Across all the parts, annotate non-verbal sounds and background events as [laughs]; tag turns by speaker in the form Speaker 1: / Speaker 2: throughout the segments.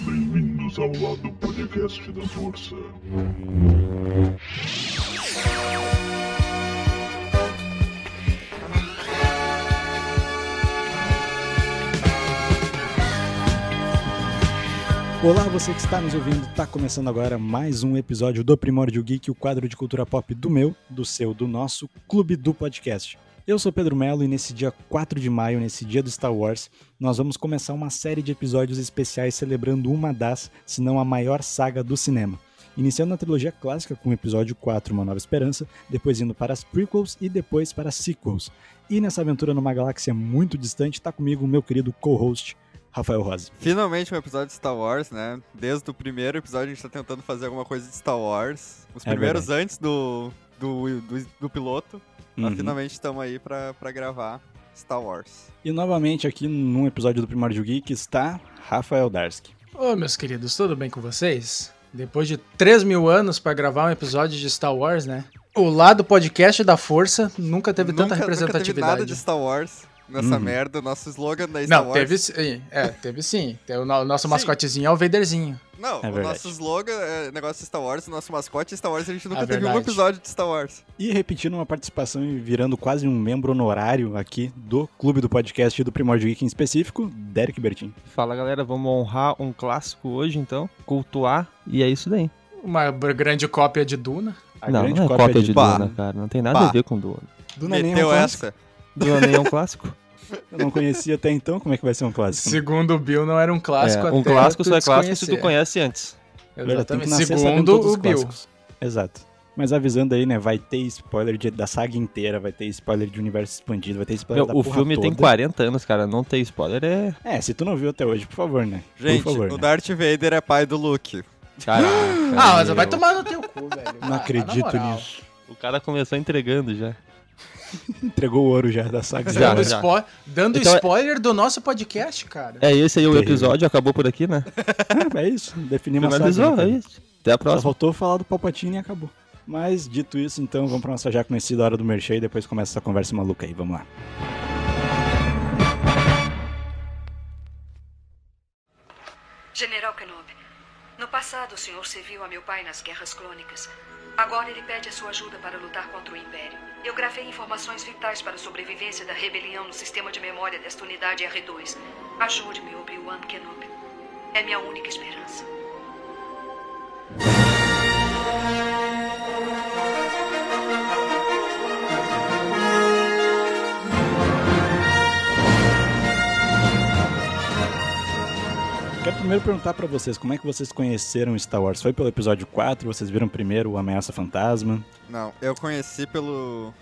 Speaker 1: Bem-vindos ao lado podcast da força.
Speaker 2: Olá, você que está nos ouvindo, está começando agora mais um episódio do Primórdio Geek, o quadro de cultura pop do meu, do seu, do nosso clube do podcast. Eu sou Pedro Melo e nesse dia 4 de maio, nesse dia do Star Wars, nós vamos começar uma série de episódios especiais celebrando uma das, se não a maior saga do cinema. Iniciando na trilogia clássica com o episódio 4, Uma Nova Esperança, depois indo para as prequels e depois para as sequels. E nessa aventura numa galáxia muito distante, está comigo o meu querido co-host, Rafael Rose.
Speaker 3: Finalmente um episódio de Star Wars, né? Desde o primeiro episódio a gente tá tentando fazer alguma coisa de Star Wars. Os
Speaker 2: É
Speaker 3: primeiros antes do, do, do, do piloto. Mas
Speaker 2: Uhum.
Speaker 3: finalmente estamos aí pra, pra gravar Star Wars.
Speaker 2: E novamente aqui num episódio do Primórdio Geek está Rafael Darski.
Speaker 4: Ô, meus queridos, tudo bem com vocês? Depois de 3 mil anos pra gravar um episódio de Star Wars, né? O lado podcast da força nunca teve tanta
Speaker 3: Nunca-
Speaker 4: representatividade.
Speaker 3: Nunca teve nada de Star Wars nessa
Speaker 2: Uhum.
Speaker 3: merda. O Nosso slogan da Star
Speaker 4: Não,
Speaker 3: Wars.
Speaker 4: teve sim. É, teve sim. Tem O no- o nosso
Speaker 3: Sim.
Speaker 4: mascotezinho é o Vaderzinho.
Speaker 3: Não, o
Speaker 2: verdade.
Speaker 3: nosso slogan é negócio de Star Wars, o nosso mascote é Star Wars, a gente nunca
Speaker 4: Ah,
Speaker 3: teve um
Speaker 4: verdade.
Speaker 3: episódio de Star Wars.
Speaker 2: E repetindo uma participação e virando quase um membro honorário aqui do clube do podcast e do Primórdio Geek em específico, Derek Bertin.
Speaker 5: Fala galera, vamos honrar um clássico hoje então, cultuar, e é isso daí.
Speaker 4: Uma b- grande cópia de Duna.
Speaker 2: A
Speaker 5: não,
Speaker 2: grande
Speaker 5: não é
Speaker 2: cópia de
Speaker 3: Bah.
Speaker 5: Duna, cara, não tem nada
Speaker 3: Bah.
Speaker 5: a ver com Duna.
Speaker 2: Duna nem é um
Speaker 3: Meteu
Speaker 2: clássico.
Speaker 3: essa.
Speaker 5: Duna nem é um clássico.
Speaker 2: Eu não conhecia até então, como é que vai ser um clássico? né?
Speaker 4: Segundo o Bill, não era um clássico
Speaker 5: É, um
Speaker 4: até
Speaker 5: [laughs] clássico
Speaker 4: tu
Speaker 5: só é clássico se tu
Speaker 4: desconhecer.
Speaker 5: conhece antes.
Speaker 2: Verdade, tem que
Speaker 4: Exatamente.
Speaker 2: nascer sabendo
Speaker 4: Segundo
Speaker 2: todos
Speaker 4: o
Speaker 2: os
Speaker 4: Bill.
Speaker 2: clássicos. Exato. Mas avisando aí, né, vai ter spoiler de- da saga inteira, vai ter spoiler de universo expandido, vai ter spoiler
Speaker 5: Meu,
Speaker 2: da
Speaker 5: o
Speaker 2: porra
Speaker 5: filme tem
Speaker 2: toda.
Speaker 5: 40 anos, cara, não tem spoiler, é...
Speaker 2: É, se tu não viu até hoje, por favor, né?
Speaker 3: Gente,
Speaker 2: por favor,
Speaker 3: o
Speaker 2: né?
Speaker 3: Darth Vader é pai do Luke.
Speaker 5: [gasps] Caraca,
Speaker 4: Ah, mas
Speaker 5: meu.
Speaker 4: vai tomar no teu cu, velho. Ah,
Speaker 2: Não
Speaker 4: na
Speaker 2: acredito
Speaker 4: moral.
Speaker 2: nisso.
Speaker 5: O cara começou entregando já.
Speaker 2: Entregou o ouro já da saga.
Speaker 5: Já,
Speaker 4: Dando,
Speaker 5: já.
Speaker 4: spo- dando
Speaker 5: Então é-
Speaker 4: spoiler do nosso podcast, cara.
Speaker 5: É esse aí o
Speaker 2: Terrível.
Speaker 5: episódio, acabou por aqui, [laughs] né?
Speaker 2: É isso, definimos a saga.
Speaker 5: Finalizou,
Speaker 2: né,
Speaker 5: é
Speaker 2: cara?
Speaker 5: isso. Até a
Speaker 2: Só
Speaker 5: próxima.
Speaker 2: faltou falar do Palpatine e acabou. Mas, dito isso, então, vamos pra nossa já conhecida Hora do Merchan e depois começa essa conversa maluca aí, vamos lá.
Speaker 6: General Kenobi, no passado o senhor serviu a meu pai nas guerras clônicas. Agora ele pede a sua ajuda para lutar contra o Império. Eu gravei informações vitais para a sobrevivência da rebelião no sistema de memória desta unidade R2. Ajude-me, Obi-Wan Kenobi. É minha única esperança.
Speaker 2: Quero primeiro perguntar pra vocês, como é que vocês conheceram Star Wars? Foi pelo episódio 4, vocês viram primeiro o Ameaça Fantasma?
Speaker 3: Não, eu conheci pelo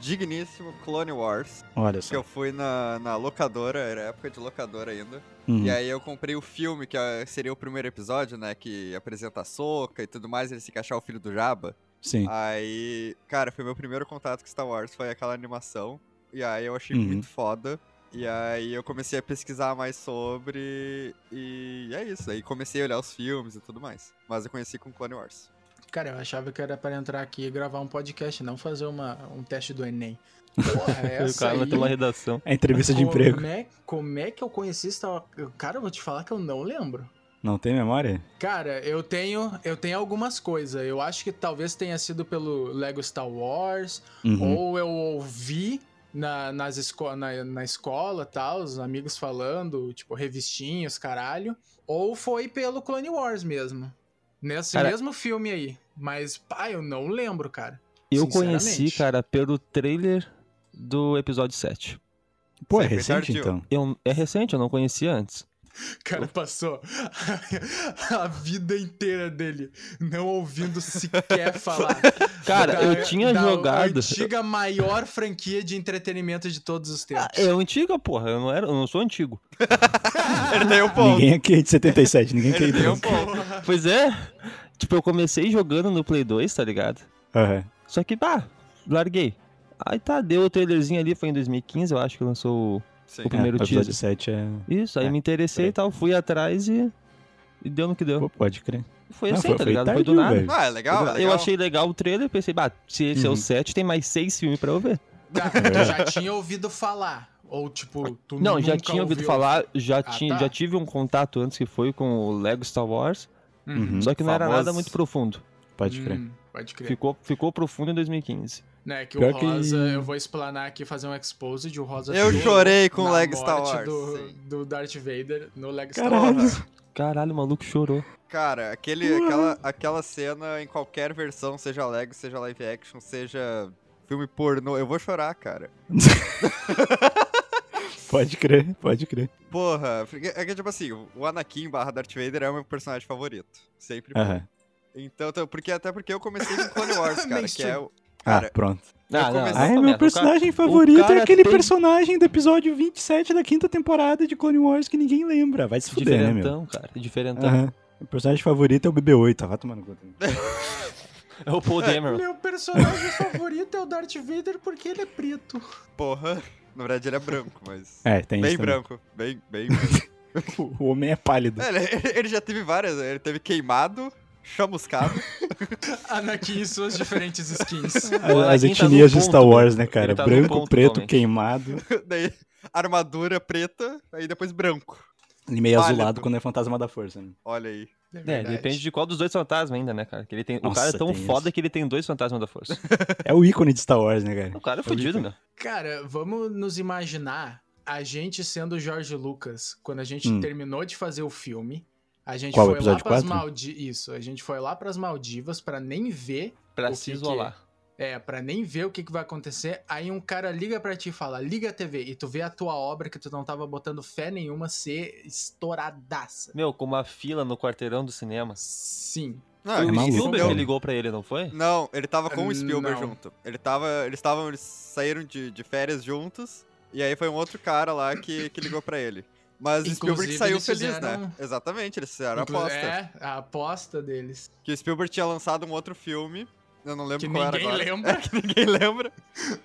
Speaker 3: digníssimo Clone Wars.
Speaker 2: Olha
Speaker 3: que
Speaker 2: só.
Speaker 3: eu fui na, na locadora, era época de locadora ainda.
Speaker 2: Uhum.
Speaker 3: E aí eu comprei o filme, que eh, seria o primeiro episódio, né? Que apresenta a Soca e tudo mais, ele se encaixar o filho do Jabba.
Speaker 2: Sim.
Speaker 3: Aí, cara, foi meu primeiro contato com Star Wars, foi aquela animação. E aí eu achei
Speaker 2: Uhum.
Speaker 3: muito foda. E aí eu comecei a pesquisar mais sobre. E é isso. Aí comecei a olhar os filmes e tudo mais. Mas eu conheci com Clone Wars.
Speaker 4: Cara, eu achava que era pra entrar aqui e gravar um podcast, não fazer uma, um teste do Enem. Porra,
Speaker 5: [laughs] O
Speaker 4: essa
Speaker 5: cara vai
Speaker 4: aí-
Speaker 5: ter uma redação.
Speaker 2: É entrevista de
Speaker 4: como
Speaker 2: emprego.
Speaker 4: É, como é que eu conheci Star Wars? Cara, eu vou te falar que eu não lembro.
Speaker 2: Não tem memória?
Speaker 4: Cara, eu tenho, eu tenho algumas coisas. Eu acho que talvez tenha sido pelo Lego Star Wars,
Speaker 2: Uhum.
Speaker 4: ou eu ouvi na, nas esco na, na escola tal, os amigos falando, tipo, revistinhas, caralho. Ou foi pelo Clone Wars mesmo. Nesse
Speaker 5: Cara-
Speaker 4: mesmo filme aí. Mas, pá, eu não lembro, cara.
Speaker 5: Eu conheci,
Speaker 4: Sinceramente.
Speaker 5: cara, pelo trailer do episódio 7.
Speaker 2: Pô, é
Speaker 3: Sempre
Speaker 2: recente
Speaker 3: tardio.
Speaker 2: então.
Speaker 5: Eu- é recente, eu não conhecia antes.
Speaker 4: cara passou [laughs] a vida inteira dele não ouvindo
Speaker 5: [laughs]
Speaker 4: sequer falar.
Speaker 5: Cara,
Speaker 4: Da-
Speaker 5: eu tinha
Speaker 4: da
Speaker 5: jogado.
Speaker 4: antiga maior franquia de entretenimento de todos os tempos.
Speaker 5: Ah, é antiga, porra. Eu não, era, eu não sou antigo.
Speaker 3: Ele tem um ponto.
Speaker 2: Ninguém aqui é de 77, ninguém aqui é
Speaker 3: Ele
Speaker 2: de...
Speaker 3: tem um ponto.
Speaker 5: Pois é. Tipo, eu comecei jogando no Play 2, tá ligado?
Speaker 3: um
Speaker 2: Aham.
Speaker 5: Só que, bah, larguei. Aí tá, deu o trailerzinho ali, foi em 2015, eu acho que lançou o-
Speaker 3: Sim.
Speaker 5: o primeiro
Speaker 2: é, o
Speaker 5: teaser.
Speaker 2: episódio 7 é...
Speaker 5: Isso, aí
Speaker 2: É,
Speaker 5: me interessei e tal, fui atrás e. E deu no que deu.
Speaker 2: Pô, pode crer.
Speaker 5: Foi
Speaker 2: não,
Speaker 5: assim,
Speaker 2: foi-
Speaker 5: tá
Speaker 2: foi
Speaker 5: ligado? Foi
Speaker 2: tardio,
Speaker 5: do nada.
Speaker 2: velho.
Speaker 3: Ah, é legal, é legal.
Speaker 5: Eu achei legal o trailer, pensei, bah, se esse é
Speaker 2: Uhum.
Speaker 5: o 7, tem mais seis filmes pra eu ver.
Speaker 4: Tá, tu já tinha ouvido falar. Ou, tipo, tu
Speaker 5: Não,
Speaker 4: nunca
Speaker 5: já tinha ouvido
Speaker 4: ouviu?
Speaker 5: falar, já,
Speaker 4: Ah,
Speaker 5: tinha,
Speaker 4: tá.
Speaker 5: já tive um contato antes que foi com o Lego Star Wars,
Speaker 4: Uhum.
Speaker 5: só que não era nada
Speaker 3: Famosos.
Speaker 5: muito profundo.
Speaker 2: Pode crer.
Speaker 4: Hum, pode crer.
Speaker 5: Ficou, ficou profundo em 2015.
Speaker 4: Né, que
Speaker 2: Pior
Speaker 4: o
Speaker 2: que-
Speaker 4: Rosa, eu vou explanar aqui, fazer um exposed, o Rosa
Speaker 3: Eu
Speaker 4: chorou
Speaker 3: chorei com
Speaker 4: na
Speaker 3: o Lego Star
Speaker 4: morte
Speaker 3: Wars.
Speaker 4: Do,
Speaker 3: sim.
Speaker 4: do Darth Vader no Lego Star
Speaker 2: Caralho.
Speaker 4: Wars.
Speaker 5: Caralho, o maluco chorou.
Speaker 3: Cara, aquele, aquela, aquela cena em qualquer versão, seja Lego, seja live action, seja filme pornô, eu vou chorar, cara.
Speaker 2: Pode crer, pode crer.
Speaker 5: Tipo,
Speaker 3: Porra, porque- é que tipo assim, o Anakin barra Darth Vader é o meu personagem favorito. Sempre foi.
Speaker 2: Aham.
Speaker 3: Então, então, porque até porque eu comecei com Clone Wars, cara, que é o.
Speaker 2: Ah,
Speaker 3: Cara,
Speaker 2: pronto.
Speaker 5: Ah, não,
Speaker 3: comecei-
Speaker 5: essa
Speaker 2: Ah, é
Speaker 5: merda,
Speaker 2: meu
Speaker 5: o
Speaker 2: personagem
Speaker 5: cara- o
Speaker 2: favorito é
Speaker 5: cara
Speaker 2: aquele
Speaker 5: tem
Speaker 2: personagem do episódio 27 da quinta temporada de Clone Wars que ninguém lembra. Vai se fuder, né, meu?
Speaker 5: Diferentão, tá. cara. Diferentão.
Speaker 2: Aham. O personagem favorito é o BB-8, ah, vai tomando conta.
Speaker 5: É o Paul Dameron.
Speaker 4: Meu personagem favorito é o Darth Vader porque ele é preto.
Speaker 3: Porra. Na verdade ele é branco, mas.
Speaker 2: É, tem
Speaker 3: bem
Speaker 2: isso
Speaker 3: branco. Bem, bem branco. [laughs]
Speaker 2: também. [laughs] O homem é pálido.
Speaker 3: É, ele, ele já teve várias. né, Ele teve queimado, chamuscado. [laughs]
Speaker 4: Anakin e suas diferentes skins.
Speaker 5: Anakin
Speaker 2: As
Speaker 5: tá
Speaker 2: etnias
Speaker 5: num
Speaker 2: de Star
Speaker 5: ponto,
Speaker 2: Wars,
Speaker 5: né?
Speaker 2: né, cara?
Speaker 5: Ele tá num
Speaker 2: branco,
Speaker 5: ponto
Speaker 2: preto,
Speaker 5: atualmente.
Speaker 2: queimado.
Speaker 3: daí, armadura preta, aí depois branco.
Speaker 2: E meio
Speaker 3: Pálido.
Speaker 2: azulado quando é fantasma da força, né?
Speaker 3: Olha aí.
Speaker 5: É, depende de qual dos dois fantasmas ainda, né, cara? Que ele tem... o
Speaker 2: Nossa,
Speaker 5: cara é tão
Speaker 2: tem isso.
Speaker 5: foda que ele tem dois fantasmas
Speaker 2: [laughs]
Speaker 5: da força.
Speaker 2: É o ícone de Star Wars, né, cara?
Speaker 5: O cara é fudido, meu.
Speaker 4: Cara, vamos nos imaginar a gente sendo o George Lucas quando a gente
Speaker 2: Hum.
Speaker 4: terminou de fazer o filme. A gente
Speaker 2: Qual,
Speaker 4: foi lá
Speaker 2: episódio
Speaker 4: pras
Speaker 2: quatro?
Speaker 4: Maldivas. Isso, a gente foi lá pras Maldivas pra nem ver.
Speaker 5: Pra
Speaker 4: O
Speaker 5: se
Speaker 4: que que
Speaker 5: isolar.
Speaker 4: É, pra nem ver o que, que vai acontecer. Aí um cara liga pra ti e fala: liga a TV. E tu vê a tua obra que tu não tava botando fé nenhuma ser estouradaça.
Speaker 5: Meu, com uma fila no quarteirão do cinema.
Speaker 4: Sim.
Speaker 3: Não,
Speaker 5: Foi
Speaker 2: é
Speaker 5: o
Speaker 2: maluco,
Speaker 5: Spielberg
Speaker 2: cara.
Speaker 5: que ligou pra ele, não foi?
Speaker 3: [laughs] Não, ele tava com
Speaker 4: [laughs]
Speaker 3: o Spielberg
Speaker 4: Não.
Speaker 3: junto. Ele tava. Eles estavam. Eles saíram de, de férias juntos. E aí foi um outro cara lá que, que ligou pra ele. Mas o Spielberg
Speaker 4: Inclusive,
Speaker 3: saiu
Speaker 4: eles
Speaker 3: feliz, né?
Speaker 4: fizeram- um-
Speaker 3: Exatamente, eles fizeram a
Speaker 4: Inclu-
Speaker 3: aposta.
Speaker 4: É, a aposta deles.
Speaker 3: Que o Spielberg tinha lançado um outro filme. Eu não lembro
Speaker 4: Que
Speaker 3: qual
Speaker 4: ninguém
Speaker 3: era agora.
Speaker 4: lembra.
Speaker 3: É, [laughs] que ninguém lembra.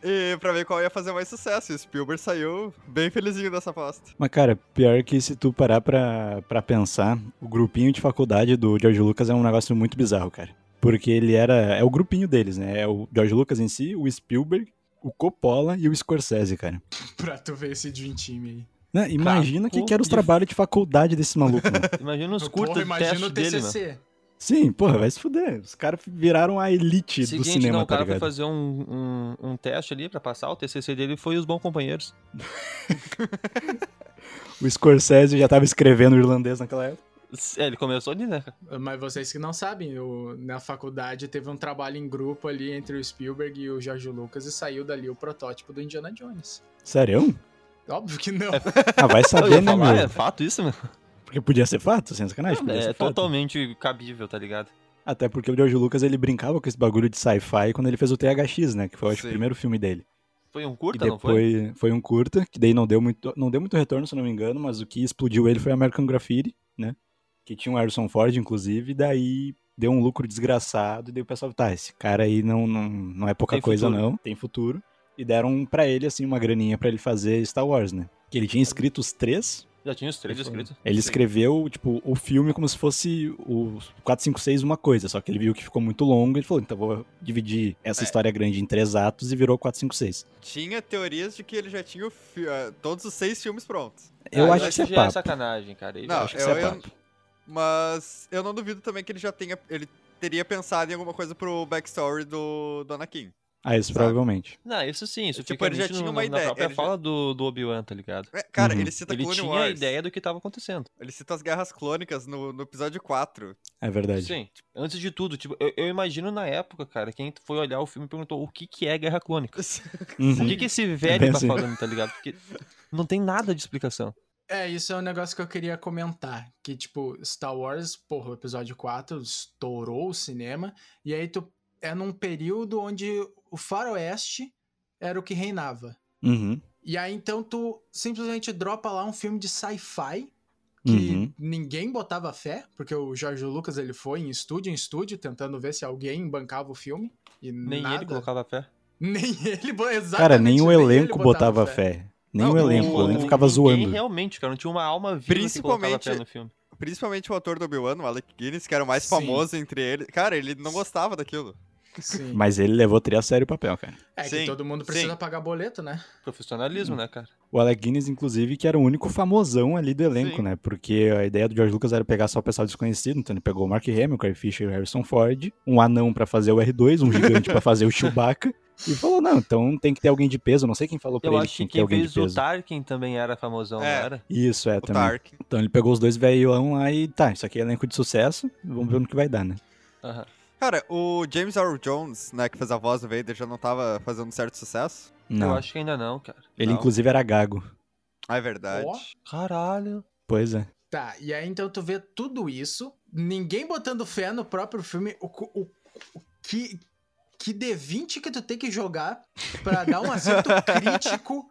Speaker 3: E pra ver qual ia fazer mais sucesso. E o Spielberg saiu bem felizinho dessa aposta.
Speaker 2: Mas, cara, pior que se tu parar pra, pra pensar, o grupinho de faculdade do George Lucas é um negócio muito bizarro, cara. Porque ele era. É o grupinho deles, né? É o George Lucas em si, o Spielberg, o Coppola e o Scorsese, cara.
Speaker 4: Pra tu ver esse Dream Team aí.
Speaker 2: Né? Imagina
Speaker 5: Caco
Speaker 2: que, que era os
Speaker 5: de-
Speaker 2: trabalhos de faculdade desse maluco,
Speaker 5: [laughs]
Speaker 2: né?
Speaker 5: Imagina os
Speaker 4: Porra,
Speaker 5: curtos de
Speaker 4: imagina
Speaker 5: teste
Speaker 4: o
Speaker 5: dele, meu.
Speaker 4: TCC.
Speaker 2: Sim, porra, vai se fuder. Os caras viraram a elite do
Speaker 5: Seguinte,
Speaker 2: cinema,
Speaker 5: não, o
Speaker 2: tá
Speaker 5: cara foi
Speaker 2: ligado?
Speaker 5: fazer um, um, um teste ali pra passar, o TCC dele foi os bons companheiros.
Speaker 2: O Scorsese já tava escrevendo irlandês naquela época.
Speaker 5: É, ele começou ali, né? cara?
Speaker 4: Mas vocês que não sabem, eu- na faculdade teve um trabalho em grupo ali entre o Spielberg e o Jorge Lucas e saiu dali o protótipo do Indiana Jones.
Speaker 2: Sério?
Speaker 4: Óbvio que não.
Speaker 2: Ah, vai
Speaker 5: [laughs] Eu ia
Speaker 2: saber, né,
Speaker 5: falar, é
Speaker 2: meu?
Speaker 5: fato isso, meu?
Speaker 2: Porque podia ser fato, sem sacanagem. Podia
Speaker 5: É
Speaker 2: ser fato.
Speaker 5: totalmente cabível, tá ligado?
Speaker 2: Até porque o George Lucas ele brincava com esse bagulho de sci-fi quando ele fez o THX, né? Que foi acho,
Speaker 3: Sim.
Speaker 2: o primeiro filme dele.
Speaker 5: Foi um
Speaker 2: E
Speaker 5: curta, não foi?
Speaker 2: depois foi? um curta, que daí não deu, muito, não deu muito retorno, se não me engano, mas o que explodiu ele foi American Graffiti, né? Que tinha um Harrison Ford, inclusive, e daí deu um lucro desgraçado, e daí o pessoal, tá, esse cara aí não, não, não é pouca
Speaker 5: Tem
Speaker 2: coisa,
Speaker 5: futuro.
Speaker 2: não, tem futuro. E deram pra ele, assim, uma graninha pra ele fazer Star Wars, né? Que ele tinha escrito os três,
Speaker 5: Já tinha os três né? escritos.
Speaker 2: ele
Speaker 3: Sim.
Speaker 2: escreveu, tipo, o filme como se fosse o 456 uma coisa, só que ele viu que ficou muito longo, ele falou, então vou dividir essa
Speaker 3: É.
Speaker 2: história grande em três atos e virou 456.
Speaker 3: Tinha teorias de que ele já tinha o fi- ah, todos os seis filmes prontos.
Speaker 2: Eu
Speaker 5: Ah,
Speaker 2: acho que isso é
Speaker 5: já é
Speaker 2: papo.
Speaker 5: sacanagem, cara. Ele-
Speaker 3: Não,
Speaker 2: acho que isso é
Speaker 3: eu- eu-
Speaker 2: papo.
Speaker 3: Mas eu não duvido também que ele já tenha. Ele teria pensado em alguma coisa pro backstory do, do Anakin.
Speaker 2: Ah, isso
Speaker 3: Sabe?
Speaker 2: provavelmente.
Speaker 5: Não, isso sim, isso
Speaker 3: Tipo,
Speaker 5: fica
Speaker 3: ele já
Speaker 5: nítido
Speaker 3: tinha
Speaker 5: no-
Speaker 3: uma
Speaker 5: na
Speaker 3: ideia,
Speaker 5: própria
Speaker 3: ele já-
Speaker 5: fala do, do Obi-Wan, tá ligado?
Speaker 3: É, Cara,
Speaker 2: Uhum.
Speaker 3: ele cita
Speaker 5: ele
Speaker 3: Clone
Speaker 5: tinha a
Speaker 3: Wars.
Speaker 5: ideia do que tava acontecendo.
Speaker 3: Ele cita as guerras clônicas no, no episódio 4. [laughs]
Speaker 2: É verdade.
Speaker 5: Sim. Antes de tudo, tipo, eu, eu imagino na época, cara, quem foi olhar o filme perguntou o que que é Guerra Clônica.
Speaker 2: Uhum.
Speaker 5: O que que esse
Speaker 2: É
Speaker 5: velho
Speaker 2: bem
Speaker 5: tá
Speaker 2: assim.
Speaker 5: falando, tá ligado? Porque não tem nada de explicação.
Speaker 4: É, isso é um negócio que eu queria comentar. Que, tipo, Star Wars, porra, o episódio 4 estourou o cinema. E aí tu é num período onde o faroeste era o que reinava.
Speaker 2: Uhum.
Speaker 4: E aí então tu simplesmente dropa lá um filme de sci-fi que
Speaker 2: Uhum.
Speaker 4: ninguém botava fé, porque o Jorge Lucas ele foi em estúdio em estúdio tentando ver se alguém bancava o filme e
Speaker 5: Nem
Speaker 4: nada.
Speaker 5: ele colocava fé.
Speaker 4: [laughs] Nem ele, bo- exatamente.
Speaker 2: Cara, nem o
Speaker 4: ele
Speaker 2: elenco botava,
Speaker 4: fé.
Speaker 2: fé. Nem
Speaker 3: Não,
Speaker 2: o Um elenco, o
Speaker 3: o-
Speaker 2: elenco
Speaker 3: o-
Speaker 2: ficava
Speaker 5: Ninguém
Speaker 2: zoando.
Speaker 5: realmente, cara, não tinha uma alma viva que colocava
Speaker 3: Principalmente-
Speaker 5: fé no filme.
Speaker 3: Principalmente o ator do Obi-Wan, o Alec Guinness, que era o mais
Speaker 4: Sim.
Speaker 3: famoso entre eles. Cara, ele não gostava daquilo.
Speaker 4: Sim.
Speaker 2: Mas ele levou tri a sério o papel, cara.
Speaker 4: é que
Speaker 7: Sim,
Speaker 4: todo mundo precisa
Speaker 7: sim.
Speaker 4: pagar boleto, né?
Speaker 5: Profissionalismo, né, cara?
Speaker 2: O Alec Guinness, inclusive, que era o único famosão ali do elenco,
Speaker 7: Sim.
Speaker 2: né? Porque a ideia do George Lucas era pegar só o pessoal desconhecido, então ele pegou o Mark Hamill, o Carrie Fisher e o Harrison Ford, um anão pra fazer o R2, um gigante pra fazer o Chewbacca, e falou, não, então tem que ter alguém de peso, Eu não sei quem falou pra
Speaker 5: Eu
Speaker 2: ele
Speaker 5: acho
Speaker 2: que
Speaker 5: que
Speaker 2: tinha que ter
Speaker 5: quem
Speaker 2: alguém de
Speaker 5: fez o
Speaker 2: peso.
Speaker 5: Tarkin também era famosão,
Speaker 7: É.
Speaker 5: não era?
Speaker 2: Isso, é,
Speaker 7: O
Speaker 2: também.
Speaker 7: Tarkin.
Speaker 2: Então ele pegou os dois velhão lá e tá, isso aqui é elenco de sucesso, vamos ver no que vai dar, né?
Speaker 5: Aham.
Speaker 3: Cara, o James Earl Jones, né, que fez a voz do Vader, já não tava fazendo certo sucesso?
Speaker 2: Não,
Speaker 5: Eu acho que ainda não, cara.
Speaker 2: ele
Speaker 3: não.
Speaker 2: inclusive era gago.
Speaker 3: Ah, é verdade.
Speaker 4: Ó.
Speaker 5: Caralho.
Speaker 2: Pois é.
Speaker 4: Tá, e aí então tu vê tudo isso, ninguém botando fé no próprio filme, o, cu- o, o que, que D20 que tu tem que jogar pra dar um acerto crítico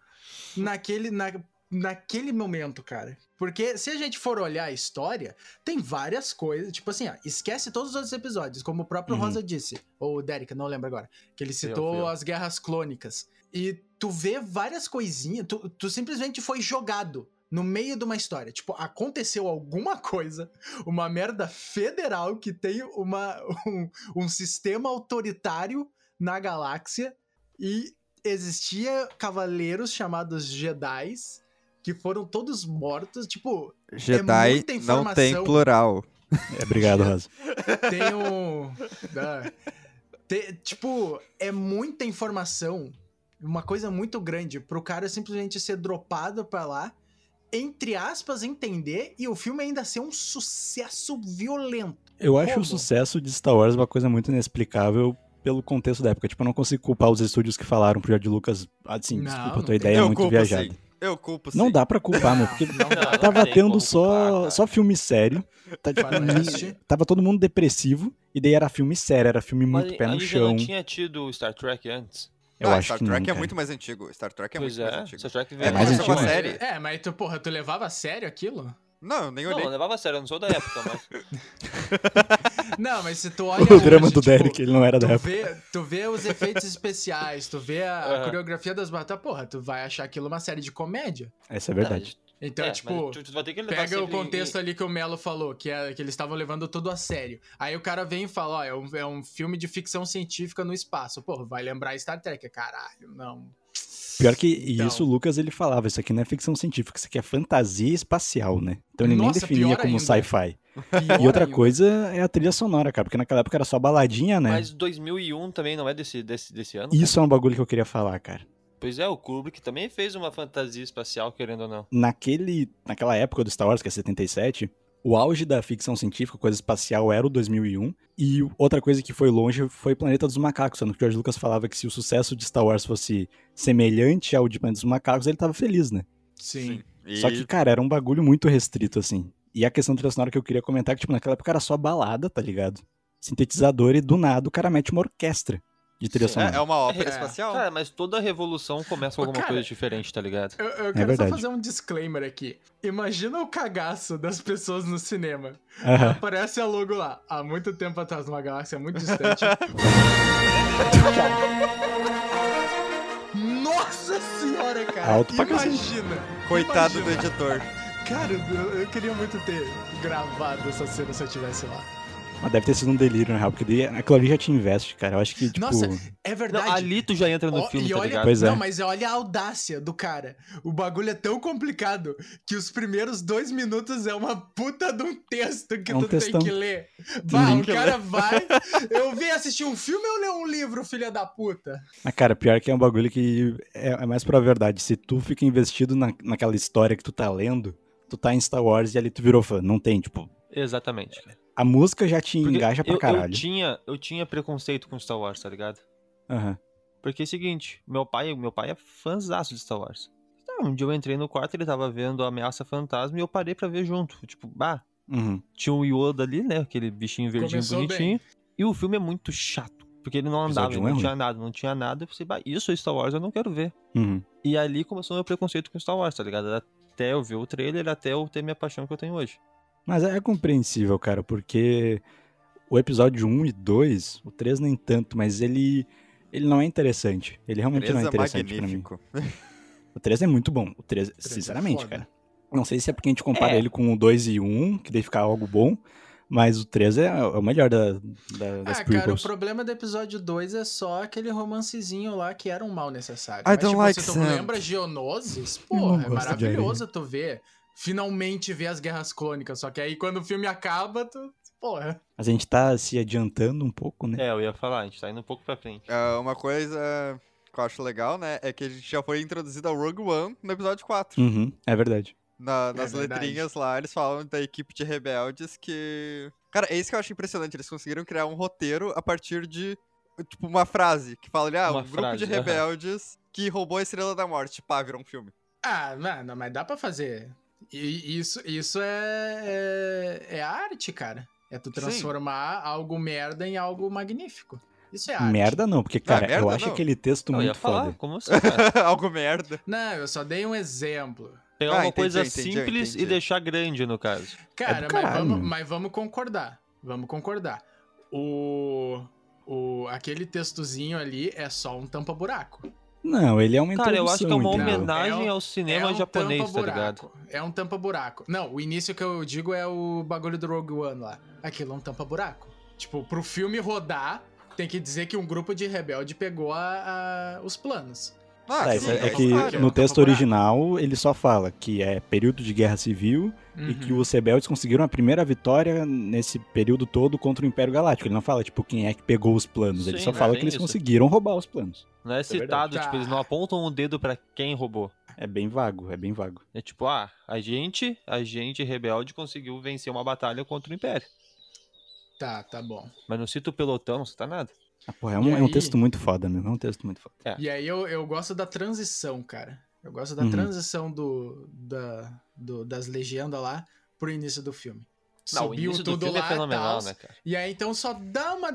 Speaker 4: naquele, na, naquele momento, cara. Porque se a gente for olhar a história, tem várias coisas, tipo assim, ó, esquece todos os outros episódios, como o próprio
Speaker 2: Uhum.
Speaker 4: Rosa disse, ou o Derek, não lembro agora, que ele citou
Speaker 5: fui eu.
Speaker 4: as guerras clônicas. E tu vê várias coisinhas, tu, tu simplesmente foi jogado no meio de uma história. Tipo, aconteceu alguma [laughs] coisa, uma merda federal que tem uma, [laughs] um, um sistema autoritário na galáxia e existia cavaleiros chamados Jedis que foram todos mortos, tipo,
Speaker 3: Jedi
Speaker 4: muita
Speaker 3: não tem
Speaker 4: informação.
Speaker 3: plural.
Speaker 2: É, Obrigado, Rosa.
Speaker 4: tem um. Ah, te- tipo, é muita informação, uma coisa muito grande pro cara simplesmente ser dropado pra lá, entre aspas, entender e o filme ainda ser um sucesso violento.
Speaker 2: Eu acho
Speaker 4: Como?
Speaker 2: o sucesso de Star Wars uma coisa muito inexplicável pelo contexto da época. Tipo, eu não consigo culpar os estúdios que falaram pro George Lucas, assim,
Speaker 4: Não,
Speaker 2: desculpa,
Speaker 4: não
Speaker 2: tua
Speaker 4: tem
Speaker 2: ideia é
Speaker 3: eu
Speaker 2: muito
Speaker 3: culpo
Speaker 2: viajada.
Speaker 3: sim. Eu culpo sim.
Speaker 2: Não dá pra culpar, mano, porque
Speaker 4: Não dá.
Speaker 5: Não,
Speaker 2: tava
Speaker 5: tem
Speaker 2: tendo
Speaker 5: como
Speaker 2: só,
Speaker 5: culpar, cara.
Speaker 2: só filme sério. Tá, tipo,
Speaker 4: Faroeste.
Speaker 2: ni- [laughs] tava todo mundo depressivo, e daí era filme sério, era filme muito
Speaker 5: Mas
Speaker 2: pé no
Speaker 5: aí já
Speaker 2: chão.
Speaker 5: não tinha tido Star Trek antes.
Speaker 2: Eu
Speaker 3: Ah,
Speaker 2: acho
Speaker 3: Star
Speaker 2: que
Speaker 3: Trek
Speaker 2: não,
Speaker 3: é
Speaker 2: cara.
Speaker 3: muito mais antigo. Star Trek é
Speaker 5: pois
Speaker 3: muito
Speaker 5: é,
Speaker 3: mais antigo.
Speaker 5: Star Trek
Speaker 3: É
Speaker 5: veio
Speaker 2: mais
Speaker 5: antes.
Speaker 2: antigo.
Speaker 5: Não,
Speaker 2: Uma
Speaker 3: série.
Speaker 4: É, mas tu, porra, tu levava a sério aquilo?
Speaker 3: Não, eu nem
Speaker 5: Não,
Speaker 3: olhei.
Speaker 5: eu levava a sério, eu não sou da época, mas.
Speaker 4: Não, mas se
Speaker 2: [laughs]
Speaker 4: tu olha.
Speaker 2: [laughs] O drama
Speaker 4: hoje,
Speaker 2: do
Speaker 4: tipo,
Speaker 2: Derek, ele não era da
Speaker 4: Tu
Speaker 2: época.
Speaker 4: vê, tu vê os efeitos especiais, tu vê a, a
Speaker 5: Aham.
Speaker 4: coreografia das batalhas, porra, tu vai achar aquilo uma série de comédia.
Speaker 2: Essa [laughs] é verdade.
Speaker 4: Então,
Speaker 5: É,
Speaker 4: tipo,
Speaker 5: mas tu, tu vai ter que levar
Speaker 4: Pega o
Speaker 5: sempre em-
Speaker 4: contexto ali que o Melo falou, que, é, que eles estavam levando tudo a sério. Aí o cara vem e fala, ó, é um, é um filme de ficção científica no espaço. Pô, vai lembrar Star Trek. É, Caralho, não.
Speaker 2: Pior que e
Speaker 4: Então.
Speaker 2: isso, o Lucas ele falava, isso aqui não é ficção científica, isso aqui é fantasia espacial, né? Então ele nem
Speaker 4: Nossa,
Speaker 2: definia
Speaker 4: pior
Speaker 2: como
Speaker 4: ainda.
Speaker 2: sci-fi.
Speaker 4: Pior
Speaker 2: [laughs] E outra
Speaker 4: ainda.
Speaker 2: coisa é a trilha sonora, cara, porque naquela época era só baladinha, né?
Speaker 5: Mas 2001 também não é desse, desse, desse ano?
Speaker 2: Isso é um bagulho que eu queria falar, cara.
Speaker 5: cara? Pois é, o Kubrick também fez uma fantasia espacial, querendo ou não.
Speaker 2: Naquele, naquela época do Star Wars, que é 77, o auge da ficção científica, coisa espacial, era o 2001. E outra coisa que foi longe foi Planeta dos Macacos, sendo que o George Lucas falava que se o sucesso de Star Wars fosse semelhante ao de Planeta dos Macacos, ele tava feliz, né?
Speaker 4: Sim.
Speaker 5: né?
Speaker 3: E-
Speaker 2: Só que, cara, era um bagulho muito restrito, assim. E a questão trilha sonora que eu queria comentar é que, tipo, naquela época era só balada, tá ligado? Sintetizador e do nada o cara mete uma orquestra de trilha
Speaker 5: Sim.
Speaker 2: sonora.
Speaker 3: É, é uma ópera
Speaker 4: É.
Speaker 3: espacial?
Speaker 5: Cara, mas toda revolução começa com alguma
Speaker 4: Cara, é
Speaker 5: coisa diferente, tá ligado?
Speaker 4: Eu, eu quero só
Speaker 2: É verdade.
Speaker 4: fazer um disclaimer aqui. Imagina o cagaço das pessoas no cinema.
Speaker 2: Aham.
Speaker 4: Aparece a logo lá, há muito tempo atrás, numa galáxia muito distante.
Speaker 2: [laughs]
Speaker 4: Nossa senhora, cara!
Speaker 2: Alto pra cacete.
Speaker 4: Imagina!
Speaker 3: Coitado
Speaker 4: imagina.
Speaker 3: do editor.
Speaker 4: Cara, eu, eu queria muito ter gravado essa cena se eu tivesse lá.
Speaker 2: Mas deve ter sido um delírio, na real, porque daí aquilo ali já te investe, cara. Eu acho que, tipo...
Speaker 4: Nossa, É
Speaker 5: Não,
Speaker 4: verdade.
Speaker 5: ali tu já entra no
Speaker 4: Ó,
Speaker 5: filme,
Speaker 4: e
Speaker 5: tá
Speaker 4: olha,
Speaker 5: ligado?
Speaker 2: Pois é.
Speaker 4: Não, mas olha a audácia do cara. O bagulho é tão complicado que os primeiros dois minutos é uma puta de um texto que
Speaker 2: É um
Speaker 4: tu
Speaker 2: textão. né?
Speaker 4: tem que ler. Bah,
Speaker 2: tem
Speaker 4: o cara vai. Eu vim assistir um filme ou ler um livro, filha da puta?
Speaker 2: Mas, cara, pior que é um bagulho que é, é mais pra verdade. Se tu fica investido na, naquela história que tu tá lendo, tu tá em Star Wars e ali tu virou fã. Não tem, tipo...
Speaker 5: Exatamente, cara.
Speaker 2: A música já te
Speaker 5: Porque
Speaker 2: engaja pra
Speaker 5: eu, eu
Speaker 2: caralho.
Speaker 5: tinha, eu tinha preconceito com Star Wars, tá ligado?
Speaker 2: Aham.
Speaker 5: Porque é o seguinte, meu pai, meu pai é fãzaço de Star Wars. Tá, um dia eu entrei no quarto, ele tava vendo a Ameaça Fantasma e eu parei pra ver junto. Tipo, bah,
Speaker 2: Uhum.
Speaker 5: tinha um Yoda ali, né? Aquele bichinho verdinho
Speaker 4: Começou
Speaker 5: bonitinho. E o filme é muito chato. Porque ele não andava,
Speaker 2: Episódio um
Speaker 5: ele
Speaker 2: é
Speaker 5: não
Speaker 2: ruim.
Speaker 5: tinha nada, não tinha nada. Eu pensei, bah, isso é Star Wars, eu não quero ver.
Speaker 2: Uhum.
Speaker 5: E ali começou meu preconceito com Star Wars, tá ligado? Até eu ver o trailer, até eu ter minha paixão que eu tenho hoje.
Speaker 2: Mas é compreensível, cara, porque o episódio 1 e 2, o 3 nem tanto, mas ele ele não é interessante. Ele realmente não é
Speaker 3: Presa
Speaker 2: interessante pra mim.
Speaker 3: magnífico.
Speaker 2: O 3 é muito bom, o 3,
Speaker 4: é
Speaker 2: sinceramente,
Speaker 4: foda.
Speaker 2: cara. Não sei se é porque a gente compara
Speaker 5: É.
Speaker 2: ele com o 2 e 1, que daí fica algo bom, Mas o 3 é, é o melhor da, da, das
Speaker 4: Ah, cara, o
Speaker 2: prequels.
Speaker 4: problema do episódio 2 é só aquele romancezinho lá que era um mal necessário.
Speaker 3: I don't like
Speaker 4: se tu
Speaker 3: sand.
Speaker 4: lembra Geonosis,
Speaker 2: Eu não
Speaker 4: porra, é
Speaker 2: gosto de
Speaker 4: maravilhoso tu ver. Finalmente ver as guerras clônicas, só que aí quando o filme acaba, tu. Porra.
Speaker 2: Mas a gente tá se adiantando um pouco, né?
Speaker 5: É, eu ia falar, a gente tá indo um pouco pra frente.
Speaker 3: Ah, uma coisa que eu acho legal, né? É que a gente já foi introduzido ao Rogue One no episódio 4.
Speaker 2: Uhum, é verdade.
Speaker 3: Na-
Speaker 4: É
Speaker 3: nas
Speaker 4: verdade.
Speaker 3: letrinhas lá, eles falam da equipe de rebeldes que. Cara, é isso que eu acho impressionante. Eles conseguiram criar um roteiro a partir de, tipo, uma frase que fala: ah,
Speaker 5: Uma
Speaker 3: um grupo de
Speaker 5: frase, aham.
Speaker 3: rebeldes que roubou a Estrela da Morte. Pá, virou um filme. [laughs]
Speaker 4: Ah, mano, mas dá pra fazer. E isso, isso é, é. é arte, cara. É tu
Speaker 3: Sim.
Speaker 4: transformar algo merda em algo magnífico. Isso é
Speaker 5: Ah,
Speaker 4: arte.
Speaker 2: Merda não, porque, cara, eu
Speaker 3: merda
Speaker 2: acho
Speaker 3: não.
Speaker 2: aquele texto
Speaker 5: eu ia
Speaker 2: muito
Speaker 5: falar,
Speaker 2: foda.
Speaker 5: como assim, cara?
Speaker 3: Algo merda.
Speaker 4: Não, eu só dei um exemplo.
Speaker 5: Pegar
Speaker 3: Ah,
Speaker 5: uma
Speaker 3: entendi,
Speaker 5: coisa
Speaker 3: entendi,
Speaker 5: simples
Speaker 3: entendi.
Speaker 5: e deixar grande, no caso.
Speaker 4: Cara, mas,
Speaker 2: É caralho,
Speaker 4: vamos,
Speaker 2: mano.
Speaker 4: mas vamos concordar. Vamos concordar. O, o. Aquele textozinho ali é só um tampa-buraco.
Speaker 2: Não, ele é uma
Speaker 5: Cara, eu acho que é uma
Speaker 2: introdução, entendeu?
Speaker 5: homenagem
Speaker 4: É um-
Speaker 5: ao cinema
Speaker 4: é um
Speaker 5: japonês, tá ligado?
Speaker 4: tampa-buraco. É um tampa-buraco. Não, o início que eu digo é o bagulho do Rogue One lá. Aquilo é um tampa-buraco. Tipo, pro filme rodar, tem que dizer que um grupo de rebelde pegegou a- a- os planos.
Speaker 3: Ah,
Speaker 2: Tá,
Speaker 4: Sim,
Speaker 2: isso é,
Speaker 4: é
Speaker 2: é que
Speaker 4: claro,
Speaker 2: no
Speaker 4: é um
Speaker 2: texto
Speaker 4: buraco.
Speaker 2: original ele só fala que é período de guerra civil e que
Speaker 4: Uhum.
Speaker 2: os rebeldes conseguiram a primeira vitória nesse período todo contra o Império Galáctico. Ele não fala, tipo, quem é que pegou os planos. ele
Speaker 5: Sim,
Speaker 2: só
Speaker 4: é
Speaker 5: né?
Speaker 2: fala
Speaker 5: Tem
Speaker 2: que eles
Speaker 5: isso.
Speaker 2: conseguiram roubar os planos.
Speaker 5: Não é citado,
Speaker 4: verdade. Ah.
Speaker 5: tipo, eles não apontam o dedo pra quem roubou.
Speaker 2: É bem vago, é bem vago.
Speaker 5: É tipo, ah, a gente, a gente rebelde conseguiu vencer uma batalha contra o Império.
Speaker 4: Tá, tá bom.
Speaker 5: Mas não cita o pelotão, não cita nada.
Speaker 2: Ah, porra, é
Speaker 4: E
Speaker 2: um, é um
Speaker 4: aí?
Speaker 2: texto muito foda mesmo, é um texto muito foda.
Speaker 4: E aí eu, eu gosto da transição, cara. Eu gosto da
Speaker 2: Uhum.
Speaker 4: transição do, da, do- das legendas lá pro início do filme.
Speaker 5: Não, o início do filme é
Speaker 4: e
Speaker 5: fenomenal,
Speaker 4: tals,
Speaker 5: né, cara?
Speaker 4: E aí então só dá uma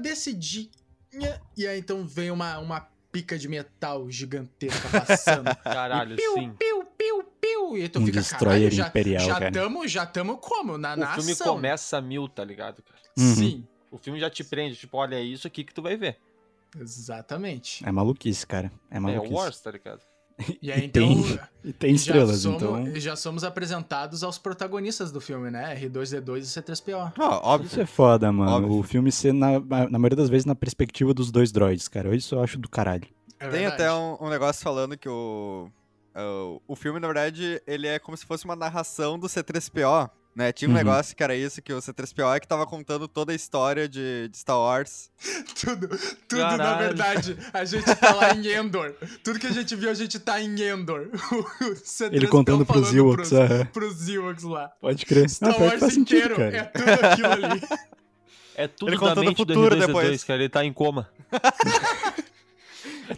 Speaker 4: descidinha e aí então vem uma, uma pica de metal gigantesca passando.
Speaker 5: [laughs] Caralho,
Speaker 4: e piu,
Speaker 5: sim.
Speaker 4: piu, piu, piu. E aí tu
Speaker 2: Um
Speaker 4: fica,
Speaker 2: destroyer
Speaker 4: caralho, já,
Speaker 2: imperial,
Speaker 4: já
Speaker 2: cara.
Speaker 4: tamo, já tamo como? Na
Speaker 5: O
Speaker 4: nação.
Speaker 5: filme começa a mil, tá ligado, cara?
Speaker 2: Uhum.
Speaker 4: Sim,
Speaker 5: O filme já te prende, tipo, olha, é isso aqui que tu vai ver.
Speaker 4: exatamente.
Speaker 2: É maluquice, cara. É
Speaker 5: É
Speaker 2: maluquice.
Speaker 5: Wars, tá ligado?
Speaker 4: E aí
Speaker 2: É, E
Speaker 4: então...
Speaker 2: tem- E tem estrelas,
Speaker 4: já somos,
Speaker 2: então.
Speaker 4: Já somos apresentados aos protagonistas do filme, né? R2D2 e C3PO.
Speaker 3: Ah, óbvio.
Speaker 2: Isso é foda, mano.
Speaker 3: Óbvio.
Speaker 2: O filme ser, na, na maioria das vezes, na perspectiva dos dois droids, cara. Isso eu acho do caralho.
Speaker 4: É
Speaker 3: Tem
Speaker 4: verdade.
Speaker 3: até um, um negócio falando que o, é, o. O filme, na verdade, ele é como se fosse uma narração do C3PO, né? Tinha um
Speaker 2: Uhum.
Speaker 3: negócio que era isso, que o C3PO é que tava contando toda a história de, de Star Wars.
Speaker 4: Tudo, tudo na
Speaker 5: Caralho.
Speaker 4: verdade. A gente tá lá em Endor. Tudo que a gente viu, a gente tá em Endor. [laughs] O C3PO
Speaker 2: Ele contando
Speaker 4: falando
Speaker 2: pros Ewoks.
Speaker 4: Pros,
Speaker 2: aham.
Speaker 4: pros Ewoks lá.
Speaker 2: Pode crer.
Speaker 4: Star
Speaker 2: pior que
Speaker 4: Wars
Speaker 2: Ah, faz sentido,
Speaker 4: inteiro
Speaker 2: cara.
Speaker 4: é tudo aquilo ali. [laughs]
Speaker 5: É tudo
Speaker 3: Ele
Speaker 5: da
Speaker 3: contou do
Speaker 5: mente do
Speaker 3: futuro
Speaker 5: R2D2,
Speaker 3: depois.
Speaker 5: cara. Ele tá
Speaker 2: [laughs]
Speaker 5: em coma. ele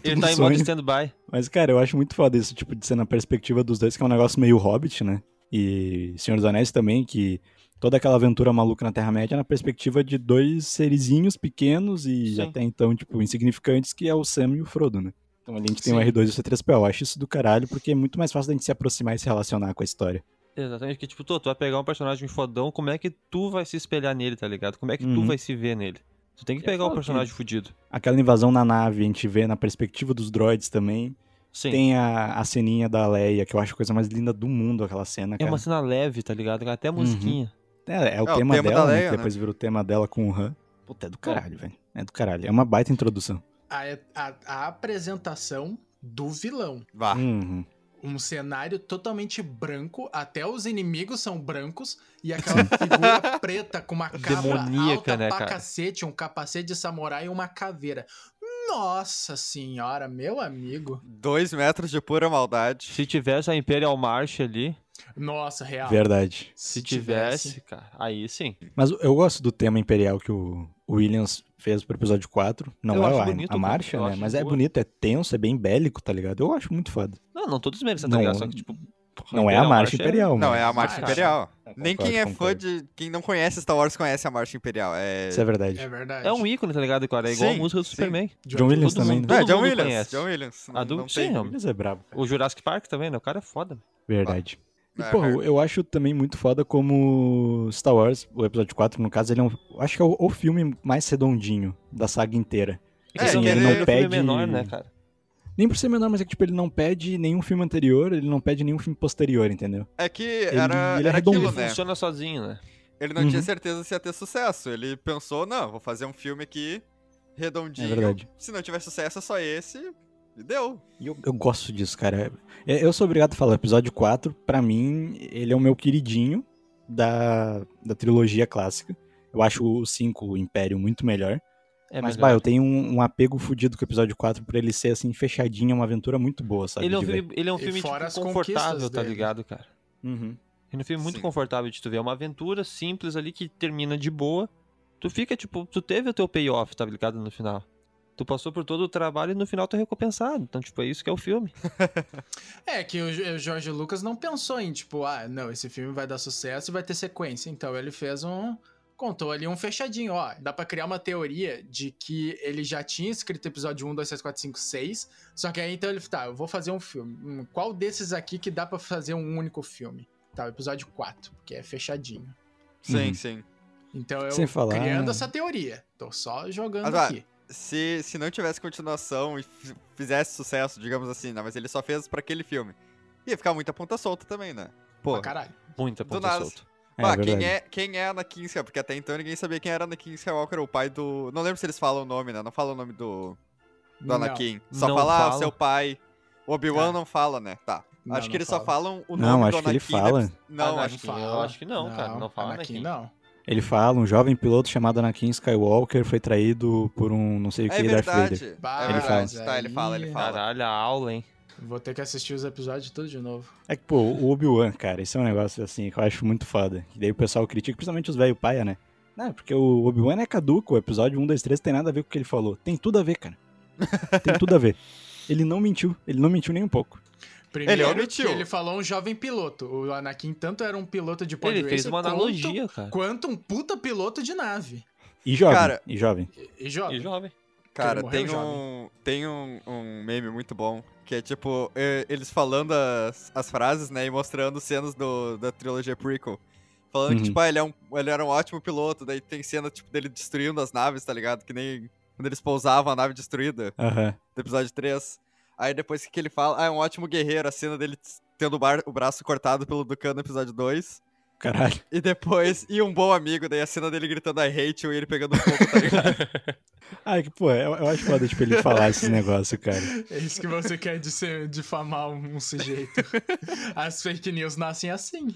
Speaker 2: tudo
Speaker 5: tá em
Speaker 2: sonho.
Speaker 5: modo stand-by.
Speaker 2: Mas, cara, eu acho muito foda isso, tipo, de ser na perspectiva dos dois, que é um negócio meio Hobbit, né? E Senhor dos Anéis também, que toda aquela aventura maluca na Terra-média é na perspectiva de dois serizinhos pequenos e
Speaker 5: Sim.
Speaker 2: até então, tipo, insignificantes, que é o Sam e o Frodo, né? Então ali a gente tem o
Speaker 4: Sim.
Speaker 2: R2 e o C3PO. Eu acho isso do caralho, porque é muito mais fácil da gente se aproximar e se relacionar com a história.
Speaker 5: Exatamente, que tipo, tu, tu vai pegar um personagem fodão, como é que tu vai se espelhar nele, tá ligado? Como é que
Speaker 2: Uhum.
Speaker 5: tu vai se ver nele? Tu tem que
Speaker 2: É
Speaker 5: pegar o
Speaker 2: foda,
Speaker 5: personagem fudido.
Speaker 2: Aquela invasão na nave, a gente vê na perspectiva dos droids também.
Speaker 5: Sim.
Speaker 2: Tem a, a ceninha da Leia, que eu acho a coisa mais linda do mundo, aquela cena,
Speaker 5: É
Speaker 2: cara.
Speaker 5: uma cena leve, tá ligado? Até a
Speaker 2: Uhum.
Speaker 5: musiquinha.
Speaker 2: É, é o
Speaker 3: É, o
Speaker 2: tema,
Speaker 3: tema da
Speaker 2: dela, né?
Speaker 3: Leia,
Speaker 2: que
Speaker 3: né?
Speaker 2: depois virou o tema dela com o Han. Puta, é do caralho, velho. É do caralho. É uma baita introdução.
Speaker 4: A, é, a- a apresentação do vilão.
Speaker 3: Vá.
Speaker 2: Uhum.
Speaker 4: Um cenário totalmente branco, até os inimigos são brancos, e aquela [laughs] figura preta com uma capa
Speaker 5: Demoníaca,
Speaker 4: alta
Speaker 5: né,
Speaker 4: pra
Speaker 5: cara?
Speaker 4: cacete, um capacete de samurai e uma caveira. Nossa senhora, meu amigo.
Speaker 3: Dois metros de pura maldade.
Speaker 5: Se tivesse a Imperial March ali,
Speaker 4: Nossa, real.
Speaker 2: Verdade.
Speaker 5: se tivesse, cara, aí sim.
Speaker 2: Mas eu gosto do tema imperial que o o Williams fez pro episódio 4. Não
Speaker 5: Eu
Speaker 2: é
Speaker 5: acho
Speaker 2: a,
Speaker 5: bonito,
Speaker 2: a marcha,
Speaker 5: eu
Speaker 2: né?
Speaker 5: acho
Speaker 2: Mas é
Speaker 5: boa.
Speaker 2: bonito, é tenso, é bem bélico, tá ligado? Eu acho muito foda.
Speaker 5: Não, não tô desmerecendo, tá
Speaker 2: Não,
Speaker 5: ligado? Só que, tipo, porra,
Speaker 2: Não é a marcha imperial,
Speaker 3: Não,
Speaker 2: mas-
Speaker 3: é a Marcha
Speaker 4: Ah,
Speaker 3: Imperial.
Speaker 2: cara.
Speaker 3: Nem
Speaker 2: Concordo,
Speaker 3: quem é fã
Speaker 2: concordo.
Speaker 3: de. Quem não conhece Star Wars conhece a Marcha Imperial. É.
Speaker 2: Isso é verdade.
Speaker 4: É verdade.
Speaker 5: É um ícone, tá ligado, cara? É igual
Speaker 3: Sim,
Speaker 5: a música do
Speaker 3: sim.
Speaker 5: Superman.
Speaker 2: John Williams
Speaker 5: Todo
Speaker 2: também,
Speaker 5: mundo-
Speaker 2: né?
Speaker 3: Não, é John
Speaker 5: mundo
Speaker 3: Williams.
Speaker 5: conhece.
Speaker 3: John Williams.
Speaker 5: Ah, do-
Speaker 3: não
Speaker 5: sim,
Speaker 3: tem-
Speaker 5: é um-
Speaker 2: Williams é brabo.
Speaker 5: O Jurassic Park também, né? O cara é foda.
Speaker 2: Verdade. E,
Speaker 3: É,
Speaker 2: pô,
Speaker 3: verdade.
Speaker 2: eu acho também muito foda como Star Wars, o episódio 4, no caso, ele é um. eu Acho que é o, o filme mais redondinho da saga inteira. Que,
Speaker 3: É,
Speaker 2: assim,
Speaker 3: que
Speaker 2: ele,
Speaker 3: ele-
Speaker 5: é um
Speaker 2: não
Speaker 5: filme
Speaker 2: pede.
Speaker 5: menor, né, cara?
Speaker 2: Nem por ser menor, mas é que, tipo, ele não pede nenhum filme anterior, ele não pede nenhum filme posterior, entendeu?
Speaker 3: É que era,
Speaker 2: ele é
Speaker 3: era
Speaker 2: redondo.
Speaker 3: aquilo,
Speaker 5: Ele
Speaker 3: né?
Speaker 5: funciona sozinho, né?
Speaker 3: Ele não
Speaker 2: Uhum.
Speaker 3: tinha certeza se ia ter sucesso. Ele pensou, não, vou fazer um filme aqui redondinho.
Speaker 2: É verdade.
Speaker 3: Se não tiver sucesso, é só esse. E deu.
Speaker 2: E eu, eu gosto disso, cara. É, Eu sou obrigado a falar, episódio 4, pra mim, ele é o meu queridinho da, da trilogia clássica. Eu acho o 5, o Império, muito melhor.
Speaker 5: É
Speaker 2: mas,
Speaker 5: melhor.
Speaker 2: bah, eu tenho um, um apego fudido com o episódio 4 por ele ser, assim, fechadinho, é uma aventura muito boa, sabe?
Speaker 5: ele é um
Speaker 2: de ver.
Speaker 5: filme, ele é um
Speaker 4: E
Speaker 5: filme
Speaker 4: fora
Speaker 5: tipo,
Speaker 4: as conquistas
Speaker 5: confortável, tá
Speaker 4: dele. né?
Speaker 5: ligado, cara?
Speaker 2: Uhum.
Speaker 5: Ele é um filme muito
Speaker 3: Sim.
Speaker 5: confortável de tu ver. É uma aventura simples ali que termina de boa. Tu fica, tipo, tu teve o teu payoff, tá ligado, no final. Tu passou por todo o trabalho e no final tu é recompensado. Então, tipo, é isso que é o filme.
Speaker 4: É que o Jo- o Jorge Lucas não pensou em, tipo, ah, não, esse filme vai dar sucesso e vai ter sequência. Então ele fez um. Contou ali um fechadinho, ó. Dá pra criar uma teoria de que ele já tinha escrito episódio 1, 2, 3, 4, 5, 6. Só que aí então ele, tá, eu vou fazer um filme. Hum, Qual desses aqui que dá pra fazer um único filme? Tá, o episódio 4, porque é fechadinho.
Speaker 3: Sim,
Speaker 2: Uhum.
Speaker 3: sim.
Speaker 4: Então eu
Speaker 2: Sem falar- né?
Speaker 4: criando essa teoria. Tô só jogando
Speaker 3: Mas, ah,
Speaker 4: aqui.
Speaker 3: Se, se não tivesse continuação e f- fizesse sucesso, digamos assim, né? Mas ele só fez pra aquele filme. Ia ficar muita ponta solta também, né?
Speaker 5: Pô,
Speaker 4: Pra caralho.
Speaker 5: muita
Speaker 3: do
Speaker 5: ponta
Speaker 3: nada.
Speaker 5: solta.
Speaker 2: É,
Speaker 3: ah,
Speaker 2: verdade.
Speaker 3: quem é, quem é Anakin Skywalker? Porque até então ninguém sabia quem era Anakin Skywalker, o pai do... Não lembro se eles falam o nome, né? Não falam o nome do, do
Speaker 4: Não.
Speaker 3: Anakin. Só
Speaker 5: Não
Speaker 3: fala, ah,
Speaker 5: fala.
Speaker 3: seu pai. O Obi-Wan
Speaker 4: É.
Speaker 3: não fala, né? Tá.
Speaker 4: Não,
Speaker 3: acho
Speaker 4: não
Speaker 3: que eles só
Speaker 4: fala.
Speaker 3: falam o nome
Speaker 2: Não,
Speaker 3: do
Speaker 2: acho que ele
Speaker 3: Anakin. né?
Speaker 2: fala.
Speaker 3: Não,
Speaker 5: Ah,
Speaker 3: acho que...
Speaker 5: eu acho que não, cara, não fala
Speaker 4: Anakin,
Speaker 5: Anakin.
Speaker 4: não.
Speaker 2: Ele fala, um jovem piloto chamado Anakin Skywalker foi traído por um não sei o que,
Speaker 3: É
Speaker 2: Darth Vader.
Speaker 3: verdade.
Speaker 4: Bah,
Speaker 3: é
Speaker 2: Ele
Speaker 3: verdade.
Speaker 4: fala.
Speaker 3: Tá, ele fala, ele fala.
Speaker 5: Caralho, a aula, hein?
Speaker 4: Vou ter que assistir os episódios tudo de novo.
Speaker 2: É que, pô, o Obi-Wan, cara, esse é um negócio assim que eu acho muito foda. Que daí o pessoal critica, principalmente os velho paia, né? Não, porque o Obi-Wan é caduco, o episódio 1, 2, 3 tem nada a ver com o que ele falou. Tem tudo a ver, cara. Tem tudo a ver. Ele não mentiu, ele não mentiu nem um pouco.
Speaker 4: Primeiro,
Speaker 3: Ele omitiu.
Speaker 4: que ele falou um jovem piloto. O Anakin tanto era um piloto de pod
Speaker 5: Ele fez
Speaker 4: racer
Speaker 5: uma analogia, cara.
Speaker 4: Quanto, quanto um puta piloto de nave.
Speaker 2: E jovem,
Speaker 3: Cara-
Speaker 2: e jovem.
Speaker 4: E jovem.
Speaker 5: E jovem.
Speaker 3: Cara,
Speaker 4: Ele morreu
Speaker 3: tem,
Speaker 4: jovem.
Speaker 3: um, tem um, um meme muito bom, que é tipo, é, eles falando as, as frases, né, e mostrando cenas do, da trilogia prequel. Falando
Speaker 2: Uhum.
Speaker 3: que, tipo, ah, ele, é um, ele era um ótimo piloto, daí tem cena, tipo, dele destruindo as naves, tá ligado? Que nem quando eles pousavam a nave destruída,
Speaker 2: Aham.
Speaker 3: do episódio 3. Aí depois que ele fala, ah, é um ótimo guerreiro, a cena dele tendo o, bar- o braço cortado pelo Dukan no episódio 2.
Speaker 2: Caralho.
Speaker 3: E depois, e um bom amigo, daí a cena dele gritando I hate you e ele pegando fogo, tá ligado?
Speaker 2: Ah, é que, pô, eu, eu acho foda, tipo, ele falar esse negócio, cara.
Speaker 4: É isso que você quer de ser- difamar um, um
Speaker 5: [laughs]
Speaker 4: sujeito. As fake news nascem assim.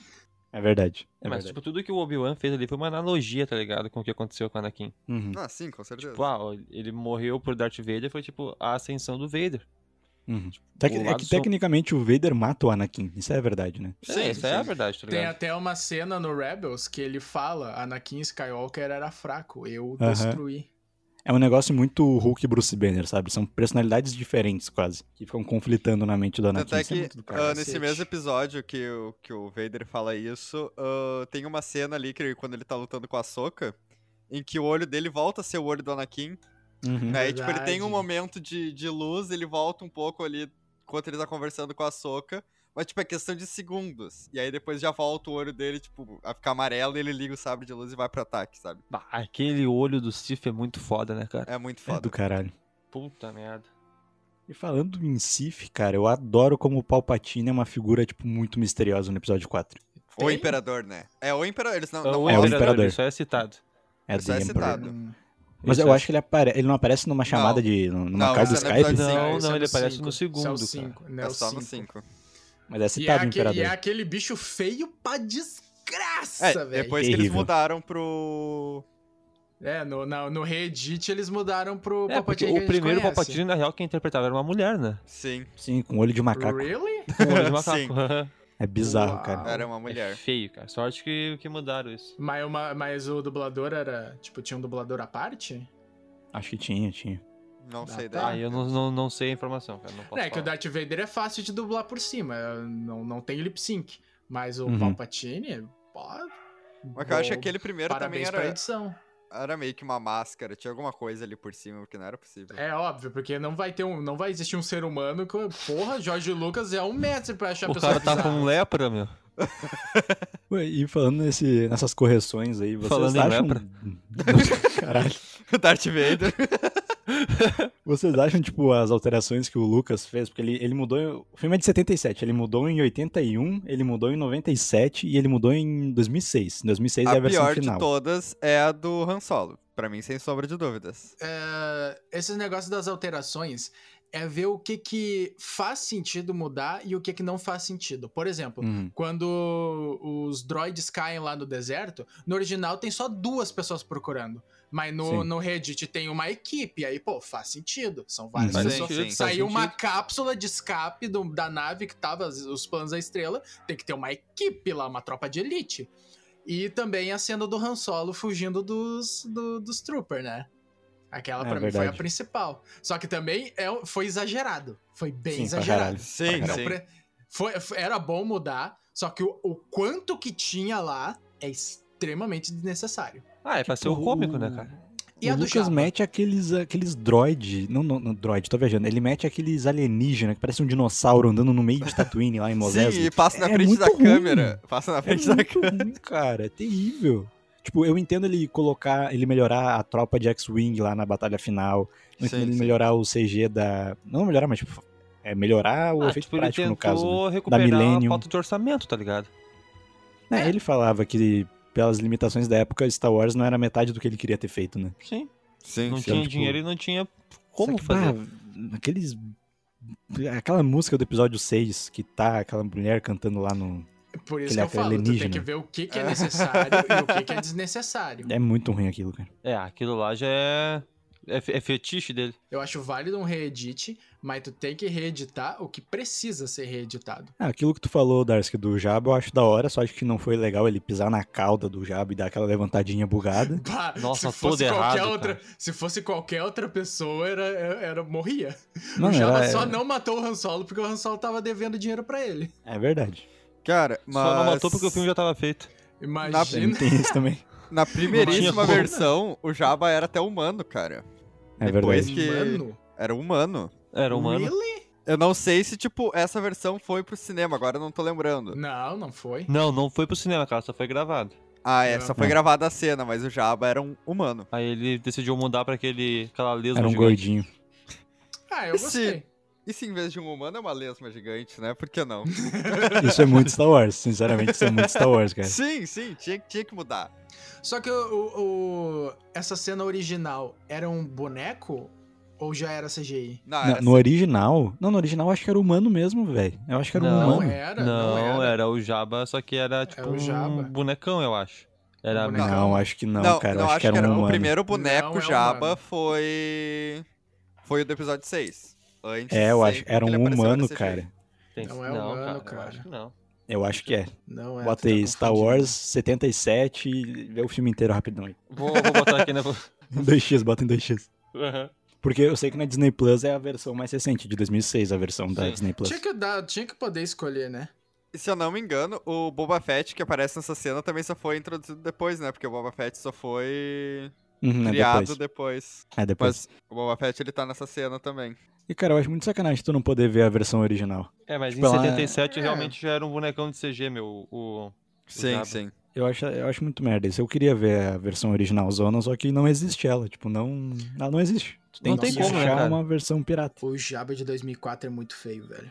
Speaker 2: É verdade. É
Speaker 5: Mas,
Speaker 2: verdade.
Speaker 5: tipo, tudo que o Obi-Wan fez ali foi uma analogia, tá ligado? Com o que aconteceu com o Anakin.
Speaker 2: Uhum,
Speaker 3: [laughs] ah, sim, com certeza.
Speaker 5: Tipo, ah, ó, ele morreu por Darth Vader, foi tipo a ascensão do Vader.
Speaker 2: uhum. Tec-
Speaker 5: tipo, o
Speaker 2: é
Speaker 5: lado
Speaker 2: que
Speaker 5: som-
Speaker 2: tecnicamente o Vader mata o Anakin. Isso é verdade, né?
Speaker 5: Sim, é, isso é a verdade, tá
Speaker 4: Tem
Speaker 5: ligado?
Speaker 4: até uma cena no Rebels que ele fala: Anakin Skywalker era fraco, eu o
Speaker 2: Aham.
Speaker 4: destruí.
Speaker 2: É um negócio muito Hulk e Bruce Banner, sabe? São personalidades diferentes, quase. Que ficam conflitando na mente do Anakin.
Speaker 3: Tanto é
Speaker 2: Isso é
Speaker 3: que
Speaker 2: muito do
Speaker 3: ah,
Speaker 2: caralho.
Speaker 3: nesse
Speaker 4: cacete.
Speaker 3: mesmo episódio que o, que o Vader fala isso, ah, tem uma cena ali que, ele- quando ele tá lutando com a Soca, em que o olho dele volta a ser o olho do Anakin.
Speaker 2: Uhum.
Speaker 3: Né? E, tipo, ele tem um
Speaker 4: Verdade.
Speaker 3: momento de, de luz, ele volta um pouco ali enquanto ele tá conversando com a Soca. Mas, tipo, é questão de segundos. E aí depois já volta o olho dele, tipo, a ficar amarelo e ele liga o sabre de luz e vai pro ataque, sabe?
Speaker 5: Bah, aquele olho do Sif é muito foda, né, cara?
Speaker 3: É muito
Speaker 2: É do
Speaker 3: foda.
Speaker 2: caralho.
Speaker 5: Puta merda.
Speaker 2: E falando em Sif, cara, eu adoro como o Palpatine é uma figura, tipo, muito misteriosa no episódio 4.
Speaker 3: o
Speaker 4: Tem?
Speaker 3: Imperador, né? É o Imperador. Eles não,
Speaker 5: É
Speaker 3: não
Speaker 5: o
Speaker 3: falam-
Speaker 2: o
Speaker 5: imperador,
Speaker 2: Imperador.
Speaker 5: isso é citado.
Speaker 2: É
Speaker 3: Isso é
Speaker 2: The Emperor.
Speaker 3: citado.
Speaker 4: Hum.
Speaker 2: Mas
Speaker 5: Isso
Speaker 2: eu
Speaker 5: é
Speaker 2: acho que ele, apare... ele não aparece numa chamada de. numa
Speaker 3: Não,
Speaker 2: call do
Speaker 3: isso é no
Speaker 2: Skype,
Speaker 3: episódio
Speaker 5: Não,
Speaker 4: Esse
Speaker 5: não,
Speaker 4: é
Speaker 5: ele aparece no
Speaker 4: cinco. Esse é o
Speaker 5: segundo,
Speaker 4: cinco, né,
Speaker 3: É
Speaker 4: o
Speaker 3: só no
Speaker 4: cinco.
Speaker 3: 5.
Speaker 2: mas é
Speaker 4: E é,
Speaker 2: citado o
Speaker 4: aquele,
Speaker 2: Imperador.
Speaker 4: e é aquele bicho feio pra desgraça,
Speaker 3: É,
Speaker 4: velho.
Speaker 3: depois que eles
Speaker 2: Terrível.
Speaker 3: mudaram pro.
Speaker 4: É, no, na- no Reddit eles mudaram pro
Speaker 5: É, porque
Speaker 4: Palpatine que a
Speaker 5: o
Speaker 4: gente
Speaker 5: primeiro
Speaker 4: conhece.
Speaker 5: Palpatine, na real, quem interpretava era uma
Speaker 3: [laughs]
Speaker 5: mulher, né?
Speaker 3: Sim,
Speaker 2: Sim, com olho de macaco.
Speaker 4: Really?
Speaker 5: Com olho de macaco. [laughs]
Speaker 3: Sim.
Speaker 2: É bizarro,
Speaker 4: Uau.
Speaker 2: cara.
Speaker 3: era uma
Speaker 5: É
Speaker 3: mulher.
Speaker 5: feio, cara. Sorte que, que mudaram isso.
Speaker 4: Mas, uma- mas o dublador era. Tipo, tinha um dublador à parte?
Speaker 2: Acho que tinha, tinha.
Speaker 3: Não
Speaker 4: Ah,
Speaker 3: sei
Speaker 4: tá.
Speaker 3: daí.
Speaker 5: Ah, eu não, não, não sei a informação, cara. Não posso
Speaker 4: Não, é que o
Speaker 5: falar.
Speaker 4: Darth Vader é fácil de dublar por cima. é, Não, não tem lip sync. Mas o
Speaker 2: Uhum.
Speaker 4: Palpatine. Pô,
Speaker 3: Mas que eu acho que
Speaker 4: bom,
Speaker 3: aquele primeiro também
Speaker 4: Parabéns pra
Speaker 3: era,
Speaker 4: edição.
Speaker 3: era meio que uma máscara, tinha alguma coisa ali por cima, porque não era possível.
Speaker 4: É óbvio, porque não vai ter um, não vai existir um ser humano que, porra, Jorge Lucas é um mestre pra achar
Speaker 5: O
Speaker 4: pessoas
Speaker 5: cara tá
Speaker 4: bizarras.
Speaker 5: com lepra, meu.
Speaker 2: Ué, E falando nesse, nessas correções aí, vocês [laughs]
Speaker 5: Falando em
Speaker 2: acham...
Speaker 5: lepra.
Speaker 2: Caralho.
Speaker 3: Darth Vader.
Speaker 2: Vocês acham, tipo, as alterações que o Lucas fez? Porque ele, ele mudou. O filme é de 77, ele mudou em 81, ele mudou em 97 e ele mudou em 2006. Em 2006 é a
Speaker 3: a
Speaker 2: versão
Speaker 3: pior
Speaker 2: final.
Speaker 3: de todas é a do Han Solo. Pra mim, sem sombra de dúvidas.
Speaker 4: É, esses negócios das alterações é ver o que, que faz sentido mudar e o que, que não faz sentido. Por exemplo,
Speaker 2: Uhum.
Speaker 4: quando os droids caem lá no deserto, no original tem só duas pessoas procurando. Mas no,
Speaker 2: Sim.
Speaker 4: no Reddit tem uma equipe, aí, pô, faz sentido. São várias
Speaker 2: Hum, Faz
Speaker 4: pessoas.
Speaker 3: sentido, faz
Speaker 4: Saiu uma
Speaker 5: sentido.
Speaker 4: cápsula de escape do- da nave que tava as- os planos da estrela, tem que ter uma equipe lá, uma tropa de elite. E também a cena do Han Solo fugindo dos, do- dos Trooper, né? Aquela
Speaker 2: É,
Speaker 4: pra mim foi a
Speaker 2: verdade.
Speaker 4: principal. Só que também é, um- foi exagerado. Foi bem
Speaker 2: Sim, pra
Speaker 4: exagerado.
Speaker 2: caralho.
Speaker 3: Sim,
Speaker 4: Não pre- foi- foi- era bom mudar, só que o, o quanto que tinha lá é extremamente desnecessário.
Speaker 5: Ah, é pra ser o cômico, né, cara?
Speaker 4: E
Speaker 2: o
Speaker 4: a do
Speaker 2: Lucas
Speaker 4: Jabba?
Speaker 2: mete aqueles, aqueles droid. Não, não, não, droid, tô viajando. Ele mete aqueles alienígenas que parece um dinossauro andando no meio de Tatooine lá em Mosés.
Speaker 3: Sim, e passa na
Speaker 2: É
Speaker 3: frente da
Speaker 2: muito ruim.
Speaker 3: câmera. Passa na
Speaker 2: É
Speaker 3: frente da
Speaker 2: muito ruim, cara. É terrível. Tipo, eu entendo ele colocar, ele melhorar a tropa de X-Wing lá na batalha final. Eu entendo
Speaker 3: Sim,
Speaker 2: ele
Speaker 3: sim.
Speaker 2: melhorar o CG da. Não melhorar, mas tipo, é melhorar o
Speaker 5: ah,
Speaker 2: efeito
Speaker 5: tipo, ele
Speaker 2: prático
Speaker 5: tentou
Speaker 2: no caso. né?
Speaker 5: recuperar a
Speaker 2: Millennium.
Speaker 5: falta de orçamento, tá ligado?
Speaker 2: Né? É, Ele falava que, pelas limitações da época, Star Wars não era metade do que ele queria ter feito, né?
Speaker 5: Sim.
Speaker 3: Sim,
Speaker 5: Não
Speaker 2: sim.
Speaker 5: tinha
Speaker 2: Tipo,
Speaker 5: dinheiro e não tinha como
Speaker 2: Só que,
Speaker 5: fazer.
Speaker 2: bah, aqueles. Aquela música do episódio 6 que tá aquela mulher cantando lá no.
Speaker 4: Por isso
Speaker 2: Aquele
Speaker 4: que eu falo, tu tem
Speaker 2: é alienígena.
Speaker 4: que ver o que, que é necessário e o
Speaker 2: [laughs]
Speaker 4: que, que é desnecessário.
Speaker 2: É muito ruim aquilo, cara.
Speaker 5: É, aquilo lá já é... É, fe- é fetiche dele.
Speaker 4: Eu acho válido um reedit, mas tu tem que reeditar o que precisa ser reeditado. [laughs]
Speaker 2: Ah, aquilo que tu falou, Darcy, do Jabo, eu acho da hora, só acho que não foi legal ele pisar na cauda do Jabo e dar aquela levantadinha bugada.
Speaker 4: Bah,
Speaker 5: Nossa,
Speaker 4: se fosse
Speaker 5: todo
Speaker 4: qualquer
Speaker 5: errado,
Speaker 4: outra, se fosse qualquer outra pessoa, era, era morria.
Speaker 2: Mano,
Speaker 4: o Java
Speaker 2: era- é-
Speaker 4: só não matou o Han Solo porque o Han Solo tava devendo dinheiro pra ele.
Speaker 2: É verdade.
Speaker 3: Cara, mas.
Speaker 5: Só não matou porque o filme já tava feito.
Speaker 4: Imagina.
Speaker 2: Tem isso
Speaker 3: [laughs]
Speaker 2: também.
Speaker 3: Na
Speaker 5: Não
Speaker 3: primeiríssima
Speaker 5: tinha como.
Speaker 3: versão, o Jabba era até humano, cara.
Speaker 2: É
Speaker 3: Depois
Speaker 2: verdade.
Speaker 3: que-
Speaker 4: Mano,
Speaker 3: Era humano.
Speaker 5: Era humano.
Speaker 4: really?
Speaker 3: Eu não sei se, tipo, essa versão foi pro cinema, agora eu não tô lembrando.
Speaker 4: Não, não foi.
Speaker 5: Não, não foi pro cinema, cara, só foi gravado.
Speaker 3: Ah, é,
Speaker 4: Não.
Speaker 3: só foi
Speaker 2: Não.
Speaker 3: gravada a cena, mas o Jabba era um humano.
Speaker 5: Aí ele decidiu mudar pra aquele, aquela lesma
Speaker 2: Era um
Speaker 5: gigante.
Speaker 2: gordinho.
Speaker 4: Ah, eu
Speaker 3: Esse-
Speaker 4: gostei.
Speaker 3: E se em vez de um humano é uma lesma gigante, né? Por que não?
Speaker 2: Isso é muito Star Wars, sinceramente, isso é muito Star Wars,
Speaker 3: [laughs]
Speaker 2: cara.
Speaker 3: sim, sim, tinha, tinha que mudar.
Speaker 4: Só que o, o- o- essa cena original era um boneco ou já era CGI?
Speaker 3: Não,
Speaker 2: Na-
Speaker 3: era assim.
Speaker 2: no original. Não, no original eu acho que era humano mesmo, velho. Eu acho que era um
Speaker 5: Não,
Speaker 4: Não
Speaker 2: humano.
Speaker 4: era,
Speaker 5: Não, é.
Speaker 4: não,
Speaker 5: era.
Speaker 4: era.
Speaker 5: o Jaba, só que era tipo
Speaker 4: o Jabba.
Speaker 5: um bonecão, eu acho. Era
Speaker 4: Um bonecão.
Speaker 2: Não, acho que não, cara. eu acho, que era um humano.
Speaker 3: O primeiro boneco
Speaker 4: Não é
Speaker 3: Jabba
Speaker 4: humano.
Speaker 3: foi. Foi o do episódio 6. Antes,
Speaker 2: É, eu acho.
Speaker 3: sempre
Speaker 2: Era
Speaker 3: que ele
Speaker 2: um
Speaker 3: apareceu, era
Speaker 2: humano,
Speaker 3: CGI.
Speaker 2: cara.
Speaker 5: Tem-
Speaker 4: Não é humano,
Speaker 5: eu
Speaker 4: cara.
Speaker 5: acho que não.
Speaker 2: Eu acho que é.
Speaker 4: Não era, tu
Speaker 2: Bota
Speaker 4: tá
Speaker 2: aí Star
Speaker 4: confundindo.
Speaker 2: Wars 77 e vê o filme inteiro rapidão aí. [laughs]
Speaker 5: Vou, vou botar aqui na.
Speaker 2: Em 2x, bota em 2x.
Speaker 5: Aham.
Speaker 2: Porque eu sei que na Disney Plus é a versão mais recente, de 2006, a versão da
Speaker 5: Sim.
Speaker 2: Disney Plus.
Speaker 4: Tinha que, dar, tinha que poder escolher, né?
Speaker 3: E se eu não me engano, o Boba Fett que aparece nessa cena também só foi introduzido depois, né? Porque o Boba Fett só foi
Speaker 2: Uhum, é
Speaker 3: criado
Speaker 2: depois.
Speaker 3: depois.
Speaker 2: É depois.
Speaker 3: Mas o Boba Fett ele tá nessa cena também.
Speaker 2: E cara, eu acho muito sacanagem tu não poder ver a versão original.
Speaker 5: [laughs] É, mas
Speaker 2: Tipo,
Speaker 5: em
Speaker 2: ela-
Speaker 5: 77
Speaker 4: É.
Speaker 5: realmente já era um bonecão de CG, meu. O...
Speaker 3: Sim,
Speaker 5: Jabba.
Speaker 3: sim.
Speaker 2: Eu acho, eu acho muito merda isso. Eu queria ver a versão original zona, só que não existe ela. Tipo, não. Ela não existe. Tu tem
Speaker 5: Não
Speaker 2: que
Speaker 4: tem como, né,
Speaker 2: achar
Speaker 5: cara?
Speaker 2: uma versão pirata.
Speaker 4: O Jabba de 2004 é muito feio, velho.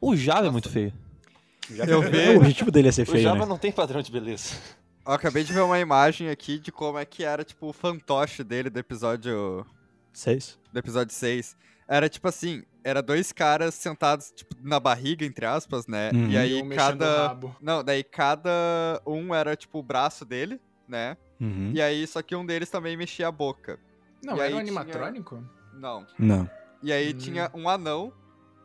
Speaker 5: O Java é muito feio.
Speaker 3: Eu
Speaker 2: O
Speaker 3: vi.
Speaker 2: objetivo dele é ser
Speaker 5: o
Speaker 2: feio,
Speaker 5: Java
Speaker 2: né?
Speaker 5: não tem padrão de beleza. [laughs]
Speaker 3: Eu acabei de ver uma imagem aqui de como é que era, tipo, o fantoche dele do episódio.
Speaker 2: Seis.
Speaker 3: Do episódio 6. Era tipo assim, era dois caras sentados, tipo, na barriga, entre aspas, né?
Speaker 2: Uhum.
Speaker 3: E
Speaker 4: um
Speaker 3: aí
Speaker 4: mexendo o
Speaker 3: cada.
Speaker 4: rabo.
Speaker 3: Não, daí cada um era tipo o braço dele, né?
Speaker 2: Uhum.
Speaker 3: E aí, só que um deles também mexia a boca. E
Speaker 4: Não, era
Speaker 3: aí
Speaker 4: um
Speaker 3: tinha-
Speaker 4: animatrônico?
Speaker 3: Não.
Speaker 2: Não.
Speaker 3: E aí
Speaker 4: Hum.
Speaker 3: tinha um anão,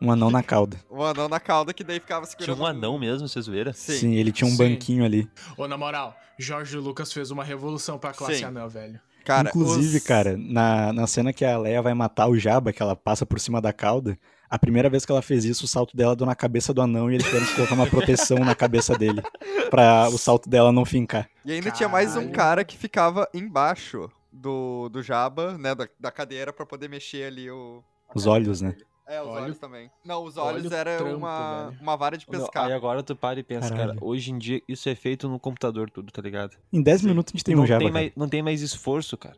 Speaker 2: Um anão na cauda.
Speaker 3: um anão na cauda que daí ficava
Speaker 5: Tinha
Speaker 3: segurando.
Speaker 5: um anão mesmo, vocês viram?
Speaker 2: Sim,
Speaker 3: Sim.
Speaker 2: ele tinha um
Speaker 4: Sim.
Speaker 2: banquinho ali.
Speaker 4: Ô, na moral, Jorge Lucas fez uma revolução pra classe
Speaker 3: Sim.
Speaker 4: anã, velho.
Speaker 3: Cara,
Speaker 2: Inclusive,
Speaker 3: os-
Speaker 2: cara, na, na cena que a Leia vai matar o Jabba, que ela passa por cima da cauda, a primeira vez que ela fez isso, o salto dela deu na cabeça do anão e eles tiveram que colocar uma proteção na cabeça dele pra o salto dela não fincar.
Speaker 3: E ainda tinha mais um
Speaker 4: Caralho.
Speaker 3: cara que ficava embaixo do, do jaba, né? Da, da cadeira pra poder mexer ali o. a
Speaker 2: Os
Speaker 3: cabeça
Speaker 2: olhos, né?
Speaker 3: dele. É, os
Speaker 4: Olha
Speaker 3: olhos também. Não, os
Speaker 4: olha
Speaker 3: olhos
Speaker 4: o
Speaker 3: era
Speaker 4: trampo,
Speaker 3: uma,
Speaker 4: velho.
Speaker 3: uma vara de
Speaker 5: Não,
Speaker 3: pescar.
Speaker 5: Aí agora tu para e pensa,
Speaker 2: Caralho.
Speaker 5: cara, hoje em dia isso é feito no computador tudo, tá ligado?
Speaker 2: Em 10
Speaker 3: Sim.
Speaker 2: minutos a gente tem
Speaker 5: não
Speaker 2: um Jabba.
Speaker 5: tem
Speaker 2: cara.
Speaker 5: mais, não tem mais esforço, cara.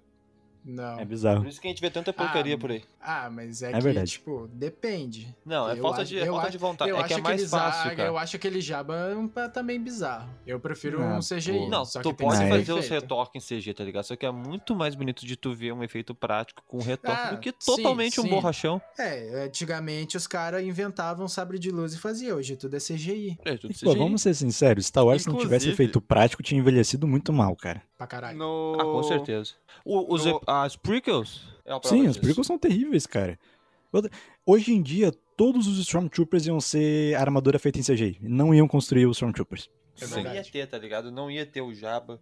Speaker 4: Não.
Speaker 2: É bizarro.
Speaker 5: Por isso que a gente vê tanta porcaria
Speaker 4: Ah,
Speaker 5: por aí.
Speaker 4: Ah, mas é,
Speaker 2: É
Speaker 4: que,
Speaker 2: verdade.
Speaker 4: tipo, depende.
Speaker 5: Não, é
Speaker 4: eu
Speaker 5: falta,
Speaker 4: acho-
Speaker 5: de, é
Speaker 4: eu
Speaker 5: falta
Speaker 4: acho-
Speaker 5: de vontade.
Speaker 4: eu
Speaker 5: É
Speaker 4: acho
Speaker 5: que é mais
Speaker 4: aquele za-
Speaker 5: fácil, cara.
Speaker 4: Eu acho aquele jaba um pa- também bizarro. Eu prefiro
Speaker 2: Ah,
Speaker 4: um CGI.
Speaker 2: pô.
Speaker 5: Não,
Speaker 4: só
Speaker 5: tu
Speaker 4: que tem que
Speaker 5: pode
Speaker 4: ser
Speaker 2: Ah,
Speaker 4: bem
Speaker 5: fazer os
Speaker 4: feito.
Speaker 5: retoques em CG, tá ligado? Só que é muito mais bonito de tu ver um efeito prático com retoque
Speaker 4: Ah,
Speaker 5: do que
Speaker 4: sim,
Speaker 5: totalmente um
Speaker 4: sim.
Speaker 5: borrachão.
Speaker 4: É, antigamente os caras inventavam sabre de luz e faziam. Hoje tudo é CGI
Speaker 5: É, tudo
Speaker 2: E, pô,
Speaker 5: CGI.
Speaker 2: vamos ser sinceros, Star Wars, se não tivesse
Speaker 3: Inclusive-
Speaker 2: efeito prático, tinha envelhecido muito mal, cara.
Speaker 4: pra caralho.
Speaker 3: No...
Speaker 5: Ah, com certeza. O, os,
Speaker 3: No-
Speaker 5: ep- As prequels? É a prova
Speaker 2: Sim, as
Speaker 5: disso.
Speaker 2: películas são terríveis, cara. Outra- Hoje em dia, todos os Stormtroopers iam ser armadura feita em CGI. Não iam construir os Stormtroopers.
Speaker 4: É
Speaker 5: Não ia
Speaker 4: verdade.
Speaker 5: ter, tá ligado? Não ia ter o Jabba,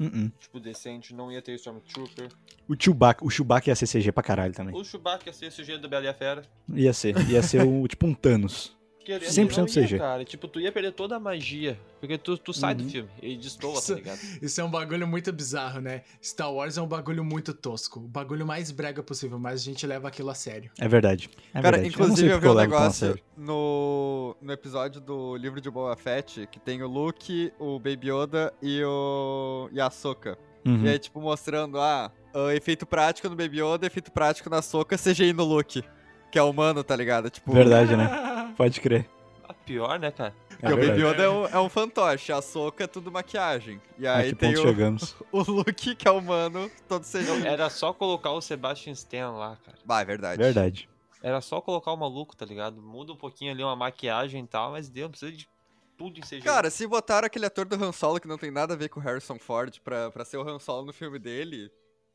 Speaker 2: Uh -uh.
Speaker 5: tipo, decente. Não ia ter o Stormtrooper.
Speaker 2: O Chewbacca, o Chewbacca ia ser CG pra caralho também.
Speaker 5: O Chewbacca ia ser esse jeito do Bela e a Fera.
Speaker 2: Ia ser. Ia ser um, tipo um Thanos.
Speaker 5: Querendo,
Speaker 2: 100%
Speaker 5: não ia,
Speaker 2: CG.
Speaker 5: Cara. Tipo, tu ia perder toda a magia. Porque tu, tu sai do
Speaker 2: Uhum.
Speaker 5: filme e destoa, tá
Speaker 4: Isso-
Speaker 5: ligado?
Speaker 4: Isso é um bagulho muito bizarro, né? Star Wars é um bagulho muito tosco. O bagulho mais brega possível, mas a gente leva aquilo a sério.
Speaker 2: É verdade. É
Speaker 3: Cara,
Speaker 2: verdade. não sei
Speaker 3: inclusive eu
Speaker 2: porque
Speaker 3: vi um
Speaker 2: levo tão a
Speaker 3: negócio
Speaker 2: sério.
Speaker 3: no, no episódio do livro de Boba Fett que tem o Luke, o Baby Yoda e, o, e a Soca.
Speaker 2: Uhum.
Speaker 3: E aí, tipo, mostrando, ah, ah, efeito prático no Baby Yoda, efeito prático na Soca, CGI no Luke. Que é humano, tá ligado? Tipo,
Speaker 2: Verdade, né? Pode
Speaker 3: [laughs]
Speaker 2: crer.
Speaker 5: [laughs] A pior, né, cara?
Speaker 2: É
Speaker 3: Porque o
Speaker 2: verdade.
Speaker 3: Baby Yoda é um, é um fantoche, a Soca é tudo maquiagem. E
Speaker 2: A
Speaker 3: aí
Speaker 2: Ah, que
Speaker 3: tem
Speaker 2: ponto
Speaker 3: o,
Speaker 2: chegamos?
Speaker 3: [laughs] o Luke, que é humano, todo CGI.
Speaker 5: Era só colocar o Sebastian Stan lá, cara.
Speaker 3: Bah, é verdade.
Speaker 2: Verdade.
Speaker 5: Era só colocar o maluco, tá ligado? Muda um pouquinho ali uma maquiagem e tal, mas deu, não precisa de tudo em CGI.
Speaker 3: Cara, se botaram aquele ator do Han Solo que não tem nada a ver com o Harrison Ford pra, pra ser o Han Solo no filme dele,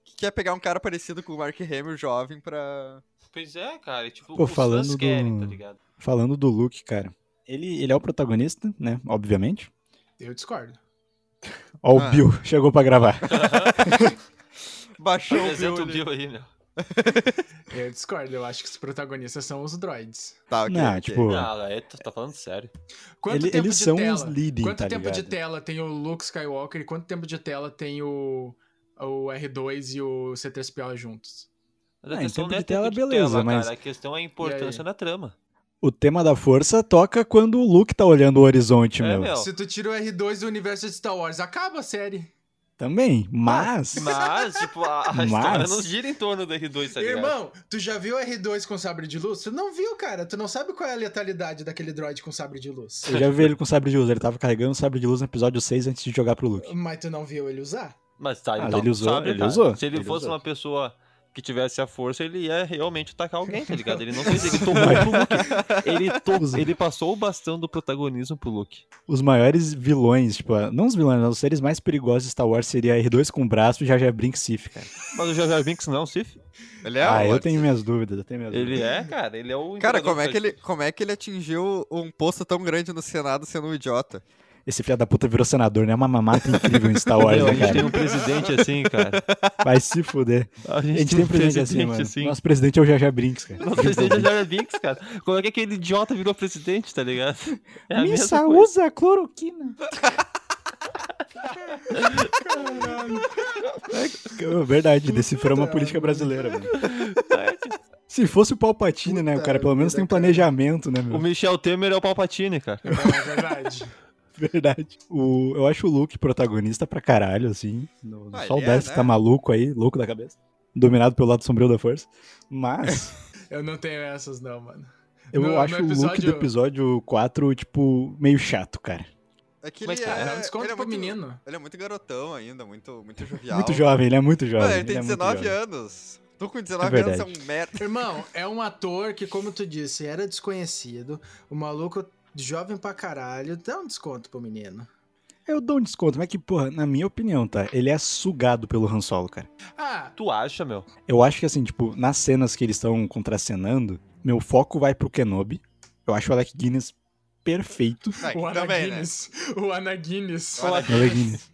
Speaker 3: que quer pegar um cara parecido com o Mark Hamill jovem pra...
Speaker 5: Pois é, cara. e, Tipo,
Speaker 2: Pô,
Speaker 5: os
Speaker 2: falando
Speaker 5: fãs
Speaker 2: do-
Speaker 5: querem, tá
Speaker 2: [laughs]
Speaker 5: ligado?
Speaker 2: Falando do Luke, cara. Ele, ele é o protagonista, né? Obviamente.
Speaker 4: Eu discordo.
Speaker 2: Ó, o
Speaker 3: Ah.
Speaker 2: Bill [laughs] chegou pra gravar. É
Speaker 3: Baixou o
Speaker 5: Apresenta o
Speaker 2: né?
Speaker 3: Bill. ali.
Speaker 5: Bill aí, meu.
Speaker 4: Eu discordo. Eu acho que os protagonistas são os droids.
Speaker 3: Tá, ok,
Speaker 2: Não,
Speaker 3: ok.
Speaker 2: tipo- Pô.
Speaker 5: Não, é, tu tá falando sério.
Speaker 4: Quanto
Speaker 2: Ele-
Speaker 4: tempo
Speaker 2: eles
Speaker 4: de
Speaker 2: são
Speaker 4: tela?
Speaker 2: os leading,
Speaker 4: Quanto
Speaker 2: tá
Speaker 4: tempo de
Speaker 2: ligado?
Speaker 4: tela tem o Luke Skywalker e quanto tempo de tela tem o, o R2 e o C3PO juntos?
Speaker 5: Mas
Speaker 2: Ah,
Speaker 5: a
Speaker 2: em
Speaker 5: questão
Speaker 2: tempo
Speaker 5: não é
Speaker 2: de tela,
Speaker 5: tempo de
Speaker 2: beleza,
Speaker 5: tela,
Speaker 2: mas-
Speaker 5: cara. A questão é a importância na trama.
Speaker 2: O tema da força toca quando o Luke tá olhando o horizonte,
Speaker 5: É,
Speaker 2: meu.
Speaker 5: meu.
Speaker 4: Se tu tira o R2 do universo de Star Wars, acaba a série.
Speaker 3: Ah,
Speaker 2: Também, mas...
Speaker 5: Mas, tipo, a, a
Speaker 2: Mas-
Speaker 5: história não gira em torno do R2, tá ligado?
Speaker 4: Irmão, tu já viu o R2 com sabre de luz? Tu não viu, cara. Tu não sabe qual é a letalidade daquele droid com sabre de luz.
Speaker 2: Eu já vi ele com sabre de luz. Ele tava carregando o sabre de luz no episódio 6 antes de jogar pro Luke.
Speaker 4: Mas tu não viu ele usar?
Speaker 5: Mas tá,
Speaker 2: Ah,
Speaker 5: então,
Speaker 2: ele usou,
Speaker 5: sabe,
Speaker 2: ele
Speaker 5: cara?
Speaker 2: usou,
Speaker 5: Se ele,
Speaker 2: ele
Speaker 5: fosse
Speaker 2: usou.
Speaker 5: uma pessoa que tivesse a força, ele ia realmente atacar alguém, tá ligado? Ele não fez, ele
Speaker 2: [laughs]
Speaker 5: tomou pro Luke. Ele,
Speaker 3: [laughs]
Speaker 5: to- ele passou o bastão do protagonismo pro Luke.
Speaker 2: Os maiores vilões, tipo, ah, não os vilões, mas os seres mais perigosos de Star Wars seria R2 com o braço e Jar Jar Binks Sif, cara.
Speaker 5: Mas o Jar Jar Binks não, Sif.
Speaker 3: Ele é
Speaker 2: ah, eu
Speaker 3: ótimo.
Speaker 2: tenho minhas dúvidas, eu tenho minhas
Speaker 5: Ele
Speaker 2: dúvidas.
Speaker 5: é, cara, ele é o...
Speaker 3: Cara,
Speaker 5: imperador
Speaker 3: como é, que ele,
Speaker 5: Sith.
Speaker 3: como é que ele atingiu um posto tão grande no Senado sendo um idiota?
Speaker 2: Esse filho da puta virou senador, né? É uma mamata incrível em Star Wars,
Speaker 5: Meu, a
Speaker 2: né,
Speaker 5: gente tem
Speaker 2: cara?
Speaker 5: um presidente assim, cara.
Speaker 2: Vai se fuder.
Speaker 5: A
Speaker 2: A gente tem um presidente assim, mano. Nosso presidente é o Jar Jar Binks,
Speaker 5: [laughs]
Speaker 2: cara.
Speaker 5: Nosso presidente é Jar Jar Binks, cara. Como é que aquele idiota virou presidente, tá ligado? [laughs] É a mesma
Speaker 2: Missa
Speaker 5: coisa.
Speaker 2: usa cloroquina. É, verdade, decifrou uma política brasileira, velho. Se fosse o Palpatine, né, o cara pelo menos tem um planejamento, né,
Speaker 5: O
Speaker 2: meu?
Speaker 5: Michel Temer é o Palpatine, cara.
Speaker 4: É verdade. [laughs]
Speaker 2: [laughs] Verdade. O, eu acho o Luke protagonista pra caralho, assim. No, no
Speaker 3: Ah,
Speaker 2: só o
Speaker 3: ele é,
Speaker 2: Death
Speaker 3: né?
Speaker 2: tá maluco aí, louco da cabeça. Dominado pelo lado sombrio da força.
Speaker 3: [laughs]
Speaker 2: Mas
Speaker 4: Eu não tenho essas, não, mano.
Speaker 2: eu
Speaker 4: No- no
Speaker 2: acho o Luke do
Speaker 4: episódio-
Speaker 2: episódio 4, tipo, meio chato, cara.
Speaker 3: É que
Speaker 5: Mas,
Speaker 3: ele
Speaker 5: cara,
Speaker 3: é,
Speaker 4: Dá um desconto
Speaker 3: ele é
Speaker 4: pro
Speaker 3: muito,
Speaker 4: menino.
Speaker 3: Ele é muito garotão ainda, muito,
Speaker 2: [laughs]
Speaker 3: muito jovial.
Speaker 2: Muito jovem, ele é muito jovem.
Speaker 3: Mano, ele tem
Speaker 2: é muito
Speaker 3: 19
Speaker 2: jovem.
Speaker 3: anos. Tu com 19 anos é
Speaker 2: verdade.
Speaker 3: um merda.
Speaker 4: Irmão, é um ator que, como tu disse, era desconhecido. O maluco jovem pra caralho. Dá um desconto pro menino.
Speaker 2: Eu dou um desconto, mas que, porra, na minha opinião, tá? Ele é sugado pelo Han Solo, cara.
Speaker 4: Ah,
Speaker 5: Tu acha, meu?
Speaker 2: Eu acho que, assim, tipo, nas cenas que eles estão contracenando, meu foco vai pro Kenobi. Eu acho o Alec Guinness
Speaker 3: [laughs]
Speaker 2: perfeito.
Speaker 3: Vai,
Speaker 4: o Ana
Speaker 3: também, né?
Speaker 4: Guinness. O Ana Guinness.
Speaker 3: Olha,
Speaker 2: O Alec Guinness.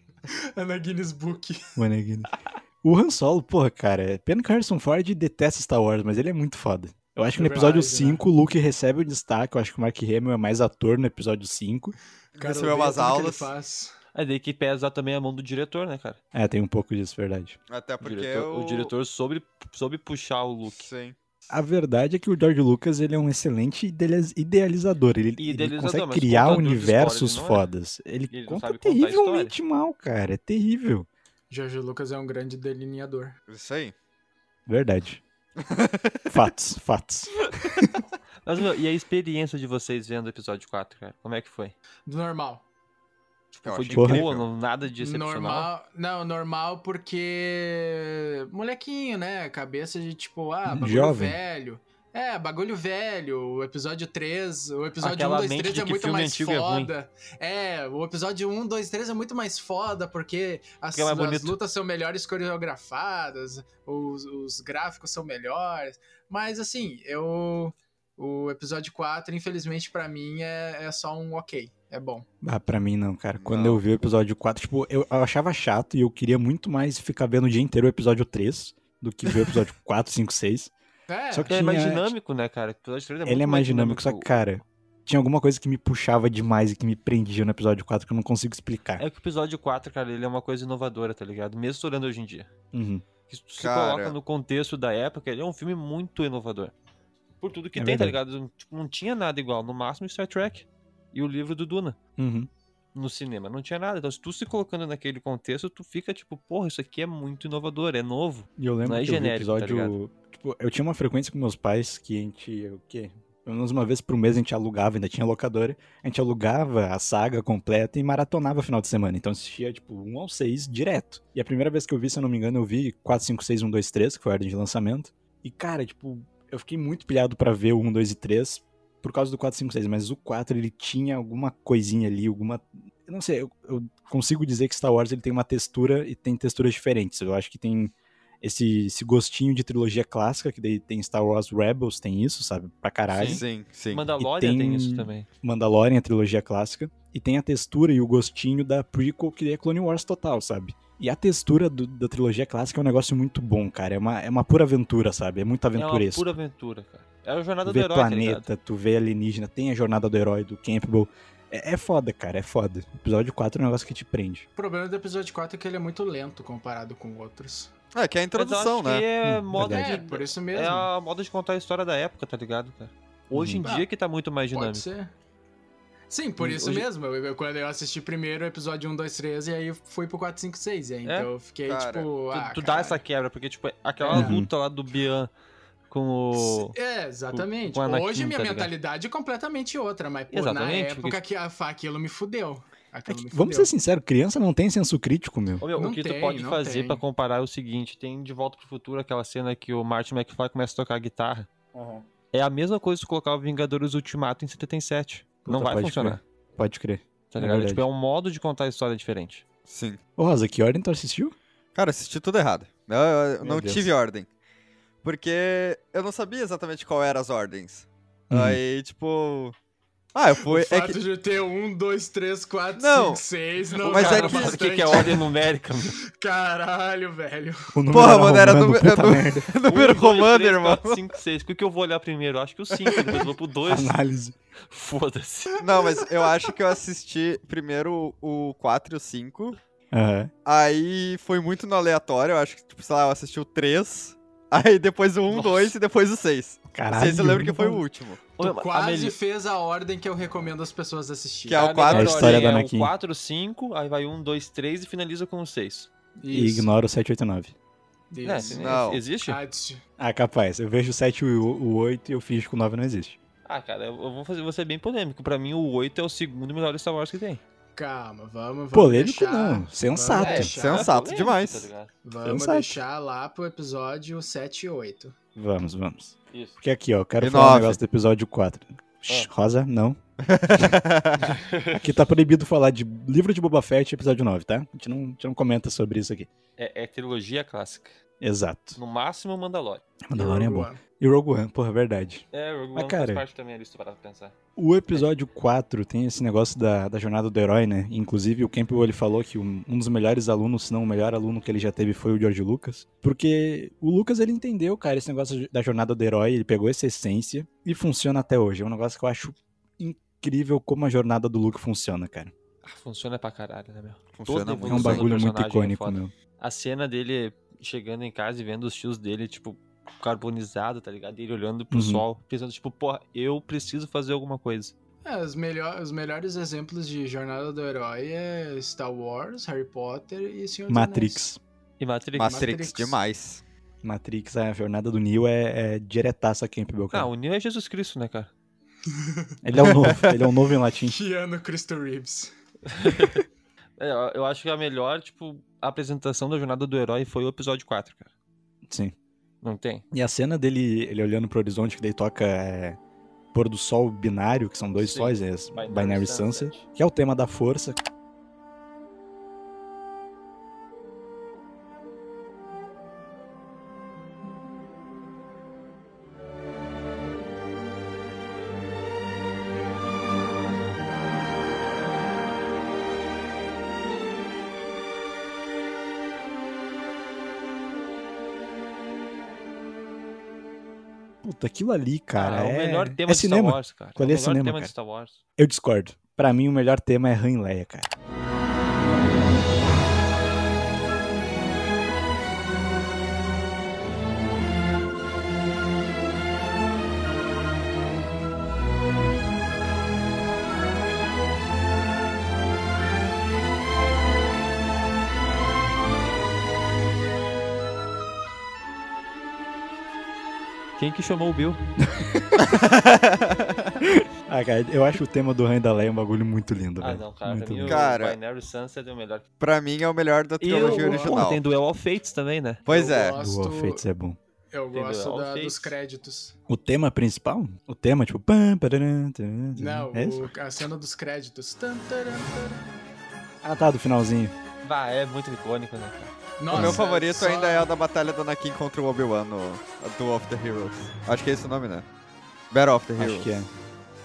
Speaker 4: Ana Guinness Book.
Speaker 2: O Alec Guinness. O Han Solo, porra, cara, é pena que o Harrison Ford detesta Star Wars, mas ele é muito foda. Eu acho que no
Speaker 4: É
Speaker 2: episódio
Speaker 5: né?
Speaker 4: verdade,
Speaker 2: 5 o Luke recebe o destaque. Eu acho que o Mark Hamill é mais ator no episódio 5.
Speaker 3: né? Recebeu
Speaker 4: odeia
Speaker 3: umas
Speaker 4: tudo que ele
Speaker 3: aulas.
Speaker 4: faz.
Speaker 5: É daí que pesa também a mão do diretor, né, cara?
Speaker 2: É, tem um pouco disso, verdade.
Speaker 3: Até
Speaker 5: O
Speaker 3: porque
Speaker 5: diretor-
Speaker 3: o...
Speaker 5: O diretor soube, soube puxar o Luke.
Speaker 3: Sim.
Speaker 2: A verdade é que o George Lucas ele é um excelente idealiz- idealizador. Ele, ele
Speaker 5: Idealizador, mas
Speaker 2: consegue criar
Speaker 5: contador de
Speaker 2: universos
Speaker 5: histórias, não é?
Speaker 2: fodas. Ele,
Speaker 5: Ele não
Speaker 2: conta
Speaker 5: sabe contar a
Speaker 2: terrivelmente mal, cara. É terrível.
Speaker 4: Jorge Lucas é um grande delineador.
Speaker 3: Isso aí.
Speaker 5: [laughs]
Speaker 2: Verdade. fatos, fatos.
Speaker 5: Mas, meu, e a experiência de vocês vendo o episódio 4, cara? Como é que foi?
Speaker 4: Normal.
Speaker 3: Eu
Speaker 5: foi
Speaker 3: achei
Speaker 5: de
Speaker 2: Porra.
Speaker 5: boa, não, nada de excepcional.
Speaker 4: Normal. Não, normal porque. Molequinho, né? Cabeça de tipo, ah, bagulho
Speaker 2: Jovem.
Speaker 4: velho. É, bagulho velho. O episódio 3. O episódio
Speaker 5: Aquela
Speaker 4: 1, 2,
Speaker 5: mente
Speaker 4: 3
Speaker 5: de
Speaker 4: é
Speaker 5: que
Speaker 4: muito
Speaker 5: filme
Speaker 4: mais
Speaker 5: antigo é ruim.
Speaker 4: foda. É, o episódio 1, 2, 3 é muito mais foda porque as,
Speaker 5: Porque é mais
Speaker 4: as
Speaker 5: bonito.
Speaker 4: lutas são melhores coreografadas, os, os gráficos são melhores. Mas assim, eu. O episódio 4, infelizmente, pra mim, é, é só um ok. É bom.
Speaker 2: Ah, pra mim não, cara. Quando
Speaker 3: Não.
Speaker 2: eu vi o episódio 4, tipo, eu, eu achava chato e eu queria muito mais ficar vendo o dia inteiro o episódio 3 do que ver o
Speaker 5: [laughs]
Speaker 2: episódio 4, 5, 6.
Speaker 4: É,
Speaker 2: Só que
Speaker 5: É mais
Speaker 2: tinha-
Speaker 5: dinâmico, né, cara? O episódio 3 é
Speaker 2: Ele
Speaker 5: muito
Speaker 2: é mais dinâmico, só que, cara, tinha alguma coisa que me puxava demais e que me prendia no episódio 4 que eu não consigo explicar.
Speaker 5: É que o episódio 4, cara, ele é uma coisa inovadora, tá ligado? Mesmo olhando hoje em dia.
Speaker 2: Uhum.
Speaker 5: Que se tu
Speaker 3: Cara.
Speaker 5: se coloca no contexto da época, ele é um filme muito inovador. Por tudo que
Speaker 2: É
Speaker 5: tem, tá
Speaker 2: verdade.
Speaker 5: ligado? Tipo, não tinha nada igual. No máximo, Star Trek e o livro do Duna
Speaker 2: Uhum.
Speaker 5: no cinema. Não tinha nada. Então, se tu se colocando naquele contexto, tu fica tipo, porra, isso aqui é muito inovador, é novo.
Speaker 2: E eu lembro
Speaker 5: Não é
Speaker 2: que eu vi o
Speaker 5: genérico, tá
Speaker 2: episódio. tipo, eu tinha uma frequência com meus pais que a gente, o quê? Pelo menos uma vez por mês a gente alugava, ainda tinha locadora. A gente alugava a saga completa e maratonava final de semana. Então assistia, tipo, um ao seis direto. E a primeira vez que eu vi, se eu não me engano, eu vi 4, 5, 6, 1, 2, 3, um, que foi a ordem de lançamento. E, cara, tipo, eu fiquei muito pilhado pra ver o 1, 2 e 3 por causa do 4, 5, 6. Mas o 4, ele tinha alguma coisinha ali, alguma. Eu não sei, eu, eu consigo dizer que Star Wars ele tem uma textura e tem texturas diferentes. Eu acho que tem esse, esse gostinho de trilogia clássica, que daí tem Star Wars Rebels, tem isso, sabe? Pra caralho.
Speaker 3: Sim, sim.
Speaker 5: Mandalorian
Speaker 2: E
Speaker 5: tem...
Speaker 2: tem-
Speaker 5: isso também.
Speaker 2: Mandalorian, a trilogia clássica. E tem a textura e o gostinho da prequel, que daí é Clone Wars total, sabe? E a textura do- da trilogia clássica é um negócio muito bom, cara. É uma, é uma pura aventura, sabe? É muito
Speaker 5: É uma
Speaker 2: aventuresco.
Speaker 5: pura aventura, cara. É a jornada
Speaker 2: Tu
Speaker 5: do
Speaker 2: vê
Speaker 5: herói, tá ligado?
Speaker 2: planeta, tu vê alienígena, tem a jornada do herói, do Campbell. É, é foda, cara, é foda. Episódio 4 é um negócio que te prende.
Speaker 4: O problema do episódio 4 é que ele é muito lento comparado com outros.
Speaker 3: É, que é a
Speaker 5: Mas eu acho
Speaker 3: introdução,
Speaker 5: que
Speaker 3: né?
Speaker 5: é
Speaker 2: Hum,
Speaker 5: moda
Speaker 4: É,
Speaker 5: de...
Speaker 4: por isso mesmo.
Speaker 5: É a moda de contar a história da época, tá ligado, cara? Hoje
Speaker 2: Hum.
Speaker 5: em
Speaker 4: Uhum.
Speaker 5: dia que tá muito mais
Speaker 4: Pode
Speaker 5: dinâmico.
Speaker 4: ser. Sim, por
Speaker 5: Hum,
Speaker 4: isso
Speaker 5: hoje-
Speaker 4: mesmo. Eu- eu- quando eu assisti primeiro o episódio 1, 2, 3, e aí fui pro 4, 5, 6. E aí,
Speaker 5: É?
Speaker 4: Então eu fiquei
Speaker 3: Cara,
Speaker 4: tipo.
Speaker 5: Tu,
Speaker 4: ah,
Speaker 5: tu dá
Speaker 4: caralho.
Speaker 5: essa quebra, porque, tipo, aquela
Speaker 4: É.
Speaker 2: Uhum.
Speaker 5: luta lá do Bian com o.
Speaker 4: É, exatamente.
Speaker 5: com o Anakin,
Speaker 4: Hoje a minha
Speaker 5: tá ligado?
Speaker 4: mentalidade é completamente outra, mas pô,
Speaker 5: Exatamente,
Speaker 4: na época que a- aquilo me fudeu.
Speaker 2: É
Speaker 4: Aquilo
Speaker 2: que,
Speaker 4: me
Speaker 2: vamos ser
Speaker 4: fudeu.
Speaker 2: sinceros, criança não tem senso crítico, meu.
Speaker 5: Ô, meu,
Speaker 4: Não
Speaker 5: o que
Speaker 4: tem,
Speaker 5: tu pode
Speaker 4: não
Speaker 5: fazer
Speaker 4: tem.
Speaker 5: pra comparar é o seguinte: tem de volta pro futuro aquela cena que o Martin McFly começa a tocar guitarra. É a mesma coisa se tu colocar o Vingadores Ultimato em 77. não
Speaker 2: Puta,
Speaker 5: vai
Speaker 2: pode
Speaker 5: funcionar.
Speaker 2: Crer, pode crer.
Speaker 5: Tá
Speaker 2: É
Speaker 5: ligado? É,
Speaker 2: verdade.
Speaker 5: tipo, é um modo de contar a história diferente.
Speaker 3: Sim.
Speaker 2: Ô, Rosa, que ordem tu assistiu?
Speaker 3: Cara, assisti tudo errado. Eu, eu- eu
Speaker 2: Meu
Speaker 3: não
Speaker 2: Deus.
Speaker 3: tive ordem. Porque eu não sabia exatamente qual eram as ordens.
Speaker 2: Uhum.
Speaker 3: Aí, tipo. Ah, eu fui.
Speaker 4: O
Speaker 3: é
Speaker 4: fato
Speaker 3: que,
Speaker 4: de ter 1, 2, 3, 4,
Speaker 3: Não.
Speaker 4: 5, 6, não
Speaker 3: Mas
Speaker 4: cara,
Speaker 3: é que-
Speaker 5: fala
Speaker 4: bastante.
Speaker 5: o que, que é ordem numérica, meu.
Speaker 4: Caralho, velho.
Speaker 2: O número
Speaker 3: Porra, mano, era
Speaker 2: romano,
Speaker 3: número-
Speaker 2: [laughs] puta
Speaker 3: é [laughs] nu-
Speaker 2: merda.
Speaker 3: [laughs] número
Speaker 5: Um, dois,
Speaker 3: romano,
Speaker 5: três,
Speaker 3: irmão. Ah,
Speaker 5: quatro, cinco, seis. O que eu vou olhar primeiro? Acho que o 5, depois eu vou pro 2.
Speaker 3: [laughs]
Speaker 2: Análise.
Speaker 5: Foda-se.
Speaker 3: Não, mas eu acho que eu assisti primeiro o 4 e o 5.
Speaker 2: Aham.
Speaker 3: Aí foi muito no aleatório. Eu acho que, tipo, sei lá, eu assisti o 3. [laughs] Aí depois o 1,
Speaker 5: Nossa.
Speaker 3: 2 e depois o 6.
Speaker 2: Caralho.
Speaker 3: 6 eu lembro que foi o último.
Speaker 4: Tu
Speaker 5: Ô, meu, a
Speaker 4: quase
Speaker 5: melhor-
Speaker 4: fez a ordem que eu recomendo as pessoas assistirem.
Speaker 3: Que é o
Speaker 5: melhor
Speaker 3: quatro.
Speaker 2: É a história
Speaker 5: ordem
Speaker 2: do
Speaker 5: é
Speaker 2: Anakin.
Speaker 5: o 4, 5, aí vai 1, 2, 3 e finaliza com um o 6.
Speaker 2: E ignora o 789.
Speaker 4: Isso.
Speaker 5: É,
Speaker 3: Não.
Speaker 5: Existe?
Speaker 4: Ah, tch-
Speaker 2: Ah, capaz. Eu vejo o 7 e o o 8 e eu finjo que o 9 não existe.
Speaker 5: Ah, cara, eu eu vou, fazer, vou ser bem polêmico. Pra mim, o 8 é o segundo melhor Star Wars que tem.
Speaker 4: Calma, vamos, vamos
Speaker 2: Polêmico
Speaker 4: deixar-
Speaker 2: não, sensato.
Speaker 4: Vamos
Speaker 3: É,
Speaker 4: deixar,
Speaker 3: sensato. demais.
Speaker 2: tá
Speaker 5: ligado?
Speaker 4: vamos
Speaker 2: Sensato.
Speaker 4: deixar lá pro episódio 7 e 8.
Speaker 2: Vamos, vamos.
Speaker 5: Isso.
Speaker 2: Porque aqui, ó, eu quero
Speaker 3: E
Speaker 2: falar um
Speaker 3: nove. Ah.
Speaker 2: negócio do episódio 4. Shh, Rosa, não. Aqui tá proibido falar de livro de Boba Fett e episódio 9, tá? A gente não, a gente não comenta sobre isso aqui.
Speaker 5: É, é trilogia clássica.
Speaker 2: Exato.
Speaker 5: No máximo, Mandalorian.
Speaker 2: Mandalorian é bom. E Rogue One, porra, verdade.
Speaker 5: É, Rogue
Speaker 2: Mas,
Speaker 5: One
Speaker 2: cara-
Speaker 5: faz parte também ali, se tu parar pra pensar.
Speaker 2: O episódio 4 tem esse negócio da, da jornada do herói, né? Inclusive, o Campbell ele falou que um, um dos melhores alunos, se não o melhor aluno que ele já teve foi o George Lucas. Porque o Lucas, ele entendeu, cara, esse negócio da jornada do herói, ele pegou essa essência e funciona até hoje. É um negócio que eu acho incrível como a jornada do Luke funciona, cara.
Speaker 5: Ah, funciona pra caralho, né, meu?
Speaker 3: Funciona
Speaker 2: É um
Speaker 5: Funciona o
Speaker 2: bagulho muito
Speaker 5: personagem, é
Speaker 2: icônico,
Speaker 5: foda.
Speaker 2: meu.
Speaker 5: A cena dele chegando em casa e vendo os tios dele, tipo, carbonizado, tá ligado? Ele olhando pro
Speaker 2: Uhum.
Speaker 5: sol, pensando, tipo, porra, eu preciso fazer alguma coisa.
Speaker 4: É, os, melhor, os melhores exemplos de Jornada do Herói é Star Wars, Harry Potter e Senhor dos Anéis.
Speaker 2: Matrix.
Speaker 5: E Matrix.
Speaker 3: Matrix,
Speaker 4: Matrix.
Speaker 3: demais.
Speaker 2: Matrix, a jornada do Neo é, é diretaça aqui em
Speaker 5: Ah,
Speaker 2: Pibelcão.
Speaker 5: o Neo é Jesus Cristo, né, cara?
Speaker 2: Ele é o [laughs] novo, ele é o novo em latim.
Speaker 4: Keanu Christo Reeves.
Speaker 5: É, eu- eu acho que a melhor, tipo, apresentação da jornada do herói foi o episódio 4, cara.
Speaker 2: Sim.
Speaker 5: Não tem?
Speaker 2: E a cena dele, ele olhando pro horizonte, que daí toca é, pôr do sol binário, que são dois
Speaker 5: Sim.
Speaker 2: sóis, é, Binary, Sunset, que é o tema da força. Puta, aquilo ali, cara,
Speaker 5: Ah,
Speaker 2: é,
Speaker 5: o melhor tema
Speaker 2: é
Speaker 5: de
Speaker 2: cinema.
Speaker 5: Star Wars, cara.
Speaker 2: Qual
Speaker 5: o
Speaker 2: é
Speaker 5: melhor
Speaker 2: cinema,
Speaker 5: tema
Speaker 2: cara?
Speaker 5: de Star Wars.
Speaker 2: Eu discordo. Pra mim, o melhor tema é Han e Leia, cara.
Speaker 5: Quem que chamou o Bill?
Speaker 2: Ah, cara, eu acho o tema do Han e da Leia um bagulho muito lindo,
Speaker 5: Ah,
Speaker 2: velho.
Speaker 5: não, cara.
Speaker 2: Muito
Speaker 5: Pra mim,
Speaker 2: lindo.
Speaker 3: Cara.
Speaker 5: o Binary Sunset é o melhor.
Speaker 3: Pra mim é o melhor da
Speaker 5: E
Speaker 3: trilogia
Speaker 5: o-
Speaker 3: original.
Speaker 5: porra, tem Duel of Fates também, né?
Speaker 3: Pois
Speaker 4: Eu
Speaker 3: é.
Speaker 4: gosto-
Speaker 2: Do Fates é bom.
Speaker 4: Eu
Speaker 5: Entendeu?
Speaker 4: gosto da-
Speaker 5: All
Speaker 4: dos
Speaker 5: Fates.
Speaker 4: créditos.
Speaker 2: O tema principal? O tema, tipo... pam, pararam, taran, taran.
Speaker 4: Não,
Speaker 2: É isso?
Speaker 4: o- a cena dos créditos. Tan, taran, taran.
Speaker 2: Ah, tá, do finalzinho.
Speaker 5: Bah, é muito icônico, né, cara?
Speaker 4: Nossa,
Speaker 3: o meu favorito
Speaker 4: só-
Speaker 3: ainda é a da batalha do Anakin contra o Obi-Wan no a Duel of the Heroes. Acho que é esse o nome, né? Battle of the Heroes.
Speaker 2: Acho que é.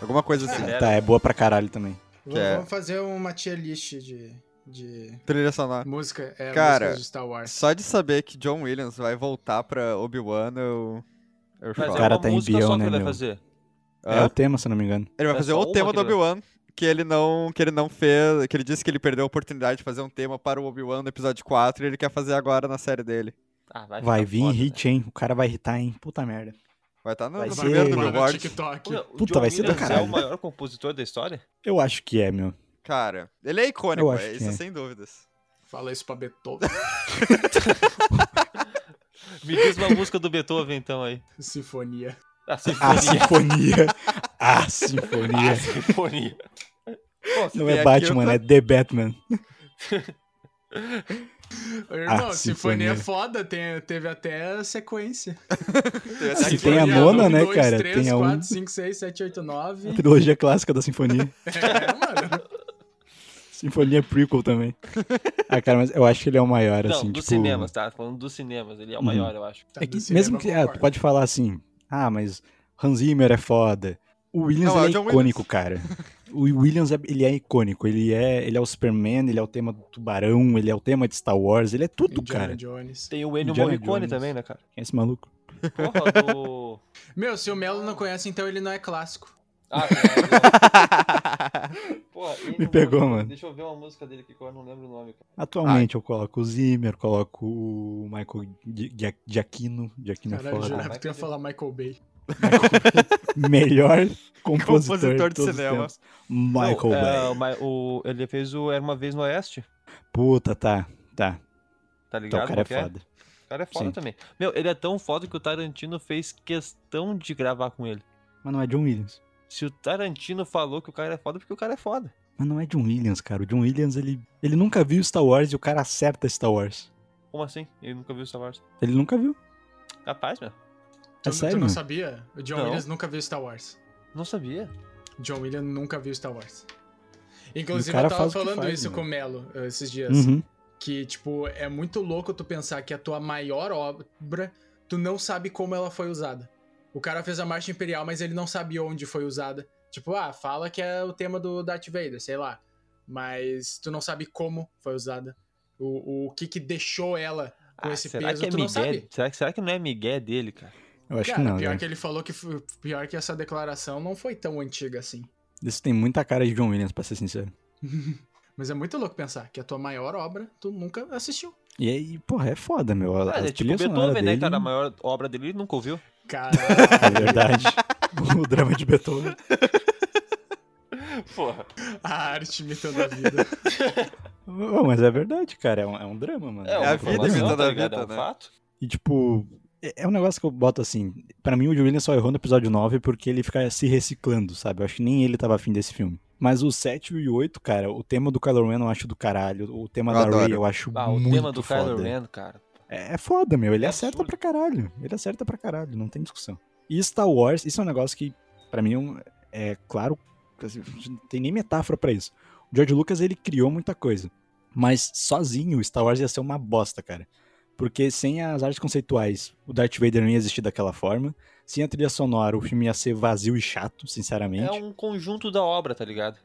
Speaker 3: Alguma coisa assim.
Speaker 5: É.
Speaker 2: Tá, é boa pra caralho também.
Speaker 4: Vamos,
Speaker 3: é-
Speaker 4: vamos fazer uma tier list de, de
Speaker 3: Trilha sonora.
Speaker 4: música. É,
Speaker 3: Cara,
Speaker 4: músicas de Star Wars.
Speaker 3: Só de saber que John Williams vai voltar pra Obi-Wan, eu... eu
Speaker 5: Mas
Speaker 3: choro.
Speaker 5: é
Speaker 2: cara
Speaker 5: uma
Speaker 2: tá em
Speaker 5: música
Speaker 2: Bion,
Speaker 5: só que
Speaker 2: né,
Speaker 5: ele vai
Speaker 2: meu?
Speaker 5: fazer.
Speaker 2: É
Speaker 3: Hã?
Speaker 2: o tema, se não me engano.
Speaker 3: Ele vai
Speaker 5: é
Speaker 3: fazer
Speaker 5: só
Speaker 3: o
Speaker 5: uma
Speaker 3: tema
Speaker 5: que
Speaker 3: do
Speaker 5: ele vai-
Speaker 3: Obi-Wan, que ele não que ele não fez, que ele disse que ele perdeu a oportunidade de fazer um tema para o Obi-Wan no episódio 4 e ele quer fazer agora na série dele.
Speaker 5: Ah, vai
Speaker 2: Vai
Speaker 5: ficar
Speaker 2: vir
Speaker 5: foda, né?
Speaker 2: hit, hein? O cara vai irritar, hein? Puta merda.
Speaker 3: Vai estar no,
Speaker 2: Vai
Speaker 3: no
Speaker 2: ser-
Speaker 3: primeiro do
Speaker 4: Mano,
Speaker 3: Billboard.
Speaker 4: TikTok.
Speaker 5: Olha, o
Speaker 2: Puta,
Speaker 5: John
Speaker 2: vai ser do
Speaker 5: Williams
Speaker 2: caralho.
Speaker 5: é o maior compositor da história?
Speaker 2: Eu acho que é, meu.
Speaker 3: Cara, ele é icônico,
Speaker 2: Eu acho
Speaker 3: é
Speaker 2: que
Speaker 3: isso
Speaker 2: é.
Speaker 3: sem dúvidas.
Speaker 4: Fala isso pra Beethoven. [laughs]
Speaker 5: Me diz uma [laughs] música do Beethoven, então, aí.
Speaker 4: Sinfonia.
Speaker 5: A
Speaker 2: A
Speaker 5: Sinfonia.
Speaker 2: sinfonia. A sinfonia.
Speaker 5: [laughs] A Sinfonia. Pô, se
Speaker 2: Não
Speaker 5: tem
Speaker 2: é
Speaker 5: aqui
Speaker 2: Batman,
Speaker 5: outra-
Speaker 2: é The Batman.
Speaker 4: Irmão,
Speaker 2: Ah,
Speaker 4: sinfonia
Speaker 2: sinfonia.
Speaker 4: é foda. tem- teve até a sequência.
Speaker 3: Teve até
Speaker 2: Se
Speaker 3: aqui-
Speaker 2: Ah, tem
Speaker 5: é
Speaker 2: a
Speaker 4: Sinfonia
Speaker 2: nona,
Speaker 4: um,
Speaker 2: né,
Speaker 4: dois,
Speaker 2: cara?
Speaker 4: três,
Speaker 2: Tem a um.
Speaker 4: quatro, cinco, seis, sete, oito,
Speaker 2: [laughs]
Speaker 4: nove.
Speaker 2: A trilogia clássica da sinfonia.
Speaker 4: É, mano.
Speaker 2: Sinfonia prequel também. Ah, cara, mas eu acho que ele é o maior,
Speaker 5: Não,
Speaker 2: assim,
Speaker 5: dos
Speaker 2: tipo...
Speaker 5: cinemas, tá? Falando dos cinemas, ele é o
Speaker 2: Uhum.
Speaker 5: maior, eu acho.
Speaker 4: Tá,
Speaker 2: É que
Speaker 4: do cinema,
Speaker 2: mesmo que...
Speaker 4: eu
Speaker 2: Ah, tu
Speaker 4: concordo.
Speaker 2: pode falar assim... Ah, mas Hans Zimmer é foda. O Williams
Speaker 3: Não, é o
Speaker 2: ele é,
Speaker 3: John
Speaker 2: icônico, cara. O Williams, é- ele é icônico. Ele é, ele é o Superman, ele é o tema do Tubarão, ele é o tema de Star Wars, ele é tudo,
Speaker 4: Indiana
Speaker 2: cara.
Speaker 4: Jones.
Speaker 5: Tem o Ennio
Speaker 2: Indiana
Speaker 5: Morricone
Speaker 2: Jones.
Speaker 5: também,
Speaker 2: [laughs]
Speaker 5: né, cara?
Speaker 2: Quem é esse maluco?
Speaker 5: Porra, do...
Speaker 4: Meu, se o Melo não conhece, então ele não é clássico.
Speaker 5: Ah, não, não. Porra, Ennio
Speaker 2: Me pegou,
Speaker 5: Morricone.
Speaker 2: mano.
Speaker 5: Deixa eu ver uma música dele aqui que eu não lembro o nome, cara.
Speaker 2: Atualmente eu coloco o Zimmer, coloco o Michael Gi- Gia- Giacchino. Giacchino é
Speaker 4: Caralho,
Speaker 2: foda. É
Speaker 4: jurava que tu ia falar Michael Bay.
Speaker 2: [laughs] Melhor compositor,
Speaker 3: Compositor
Speaker 2: de
Speaker 3: de
Speaker 2: todos os
Speaker 3: cinema.
Speaker 2: tempos. Michael
Speaker 5: Não, é,
Speaker 2: Bay.
Speaker 5: o Ma- o- Ele fez o Era Uma Vez no Oeste,
Speaker 2: Puta, tá. Tá.
Speaker 5: tá
Speaker 2: Então
Speaker 5: ligado?
Speaker 2: o cara é
Speaker 5: Qual que é?
Speaker 2: foda.
Speaker 5: O cara é foda
Speaker 2: Sim.
Speaker 5: também. Meu, ele é tão foda que o Tarantino fez questão de gravar com ele.
Speaker 2: Mas não é John Williams.
Speaker 5: Se o Tarantino falou que o cara é foda, porque o cara é foda.
Speaker 2: Mas não é John Williams, cara. O John Williams, ele, ele nunca viu Star Wars e o cara acerta Star Wars.
Speaker 5: Como assim? Ele nunca viu Star Wars.
Speaker 2: Ele nunca viu.
Speaker 5: Capaz, meu.
Speaker 4: Tu,
Speaker 2: É
Speaker 4: tu
Speaker 2: sério,
Speaker 4: não
Speaker 2: mano?
Speaker 4: sabia? O John
Speaker 5: Não.
Speaker 4: Williams nunca viu Star Wars.
Speaker 5: Não sabia.
Speaker 4: John Williams nunca viu Star Wars. Inclusive,
Speaker 2: cara
Speaker 4: eu tava
Speaker 2: faz o que
Speaker 4: falando
Speaker 2: faz,
Speaker 4: isso
Speaker 2: né?
Speaker 4: com o Melo eh, esses dias.
Speaker 2: Uhum.
Speaker 4: Que, tipo, é muito louco tu pensar que a tua maior obra, tu não sabe como ela foi usada. O cara fez a Marcha Imperial, mas ele não sabia onde foi usada. Tipo, ah, fala que é o tema do Darth Vader, sei lá. Mas tu não sabe como foi usada. O, o que que deixou ela com esse
Speaker 5: será
Speaker 4: peso,
Speaker 5: que é
Speaker 4: tu não sabe.
Speaker 5: Miguel? Será, que- será que não é Miguel dele, cara?
Speaker 2: Eu acho
Speaker 4: Cara,
Speaker 2: que não,
Speaker 4: pior
Speaker 2: né?
Speaker 4: que ele falou que foi- pior que essa declaração não foi tão antiga assim.
Speaker 2: Isso tem muita cara de John Williams, pra ser sincero.
Speaker 4: Mas é muito louco pensar que a tua maior obra tu nunca assistiu.
Speaker 2: E aí, porra, é foda, meu. A,
Speaker 5: Ah,
Speaker 2: a
Speaker 5: é tipo
Speaker 2: trilha sonora
Speaker 5: Beethoven, né,
Speaker 2: dele-
Speaker 5: cara? A maior obra dele
Speaker 4: [laughs]
Speaker 5: ele nunca ouviu.
Speaker 2: [laughs]
Speaker 4: Caralho.
Speaker 2: É verdade. o drama de Beethoven.
Speaker 5: Porra.
Speaker 4: A arte imitando a vida.
Speaker 2: Não, mas é verdade, cara. É um, é um drama, mano.
Speaker 5: É,
Speaker 2: uma
Speaker 5: a
Speaker 3: a
Speaker 5: vida
Speaker 3: vida
Speaker 2: relação.
Speaker 3: imitando
Speaker 5: tá
Speaker 3: a
Speaker 5: ligado? É um
Speaker 3: vida, né?
Speaker 5: fato.
Speaker 2: E tipo, é é um negócio que eu boto assim. Pra mim, o William só errou no episódio 9 porque ele fica se reciclando, sabe? Eu acho que nem ele tava afim desse filme. Mas o 7 e o 8, cara, o tema do Kylo Ren eu acho do caralho. O tema
Speaker 3: Eu
Speaker 2: da Rey
Speaker 3: adoro.
Speaker 2: eu acho
Speaker 5: Ah, o
Speaker 2: muito
Speaker 5: tema do
Speaker 2: foda.
Speaker 5: Kylo Ren, cara.
Speaker 2: É, é foda, meu. Ele
Speaker 5: É
Speaker 2: acerta
Speaker 5: absurdo.
Speaker 2: pra caralho. Ele acerta pra caralho, não tem discussão. E Star Wars, isso é um negócio que, pra mim, é um- é claro, assim, não tem nem metáfora pra isso. O George Lucas, ele criou muita coisa. Mas sozinho, Star Wars ia ser uma bosta, cara. Porque sem as artes conceituais, o Darth Vader não ia existir daquela forma. Sem a trilha sonora, o filme ia ser vazio e chato, sinceramente.
Speaker 5: É
Speaker 2: É um,
Speaker 5: um conjunto da obra, tá ligado?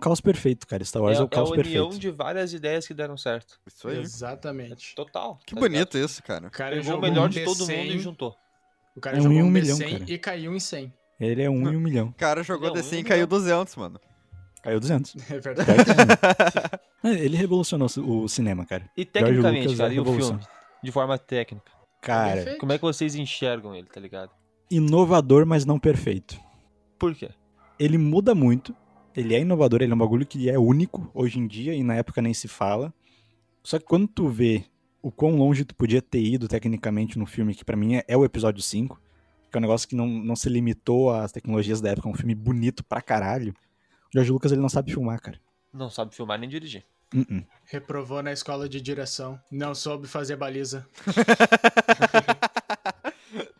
Speaker 2: caos perfeito, cara. Star Wars é,
Speaker 5: é,
Speaker 2: o caos
Speaker 5: a união
Speaker 2: perfeito.
Speaker 5: de várias ideias que deram certo.
Speaker 3: um-
Speaker 5: É
Speaker 3: Isso aí.
Speaker 4: Exatamente.
Speaker 5: Total.
Speaker 3: Que
Speaker 5: tá
Speaker 3: bonito isso, cara.
Speaker 4: O cara
Speaker 5: ligado? Pegou
Speaker 4: jogou
Speaker 5: o melhor
Speaker 4: um
Speaker 5: de todo mundo e
Speaker 4: D100,
Speaker 5: juntou.
Speaker 4: O cara
Speaker 2: É um
Speaker 4: jogou
Speaker 2: em um
Speaker 4: um
Speaker 2: milhão,
Speaker 4: D100
Speaker 2: cara.
Speaker 4: e caiu em 100.
Speaker 2: Ele é
Speaker 5: [laughs]
Speaker 2: um em um milhão.
Speaker 3: O cara jogou
Speaker 5: Não,
Speaker 3: DC e
Speaker 5: não.
Speaker 3: caiu 200, mano.
Speaker 2: Caiu
Speaker 5: [laughs]
Speaker 2: 200.
Speaker 4: [laughs] É verdade.
Speaker 2: Pior que não. É, Ele revolucionou o cinema, cara.
Speaker 5: E
Speaker 2: George
Speaker 5: tecnicamente,
Speaker 2: Lucas é
Speaker 5: cara, e o
Speaker 2: revolução.
Speaker 5: filme? De forma técnica.
Speaker 2: Cara,
Speaker 4: Perfeito.
Speaker 5: Como é que vocês enxergam ele, tá ligado?
Speaker 2: inovador, mas não perfeito.
Speaker 5: Por quê?
Speaker 2: Ele muda muito, ele é inovador, ele é um bagulho que é único hoje em dia e na época nem se fala. Só que quando tu vê o quão longe tu podia ter ido tecnicamente no filme, que pra mim é, é o episódio 5, que é um negócio que não, não se limitou às tecnologias da época, é um filme bonito pra caralho. O George Lucas ele não sabe filmar, cara.
Speaker 5: Não sabe filmar nem dirigir.
Speaker 2: Uh-uh.
Speaker 4: Reprovou na escola de direção. Não soube fazer baliza.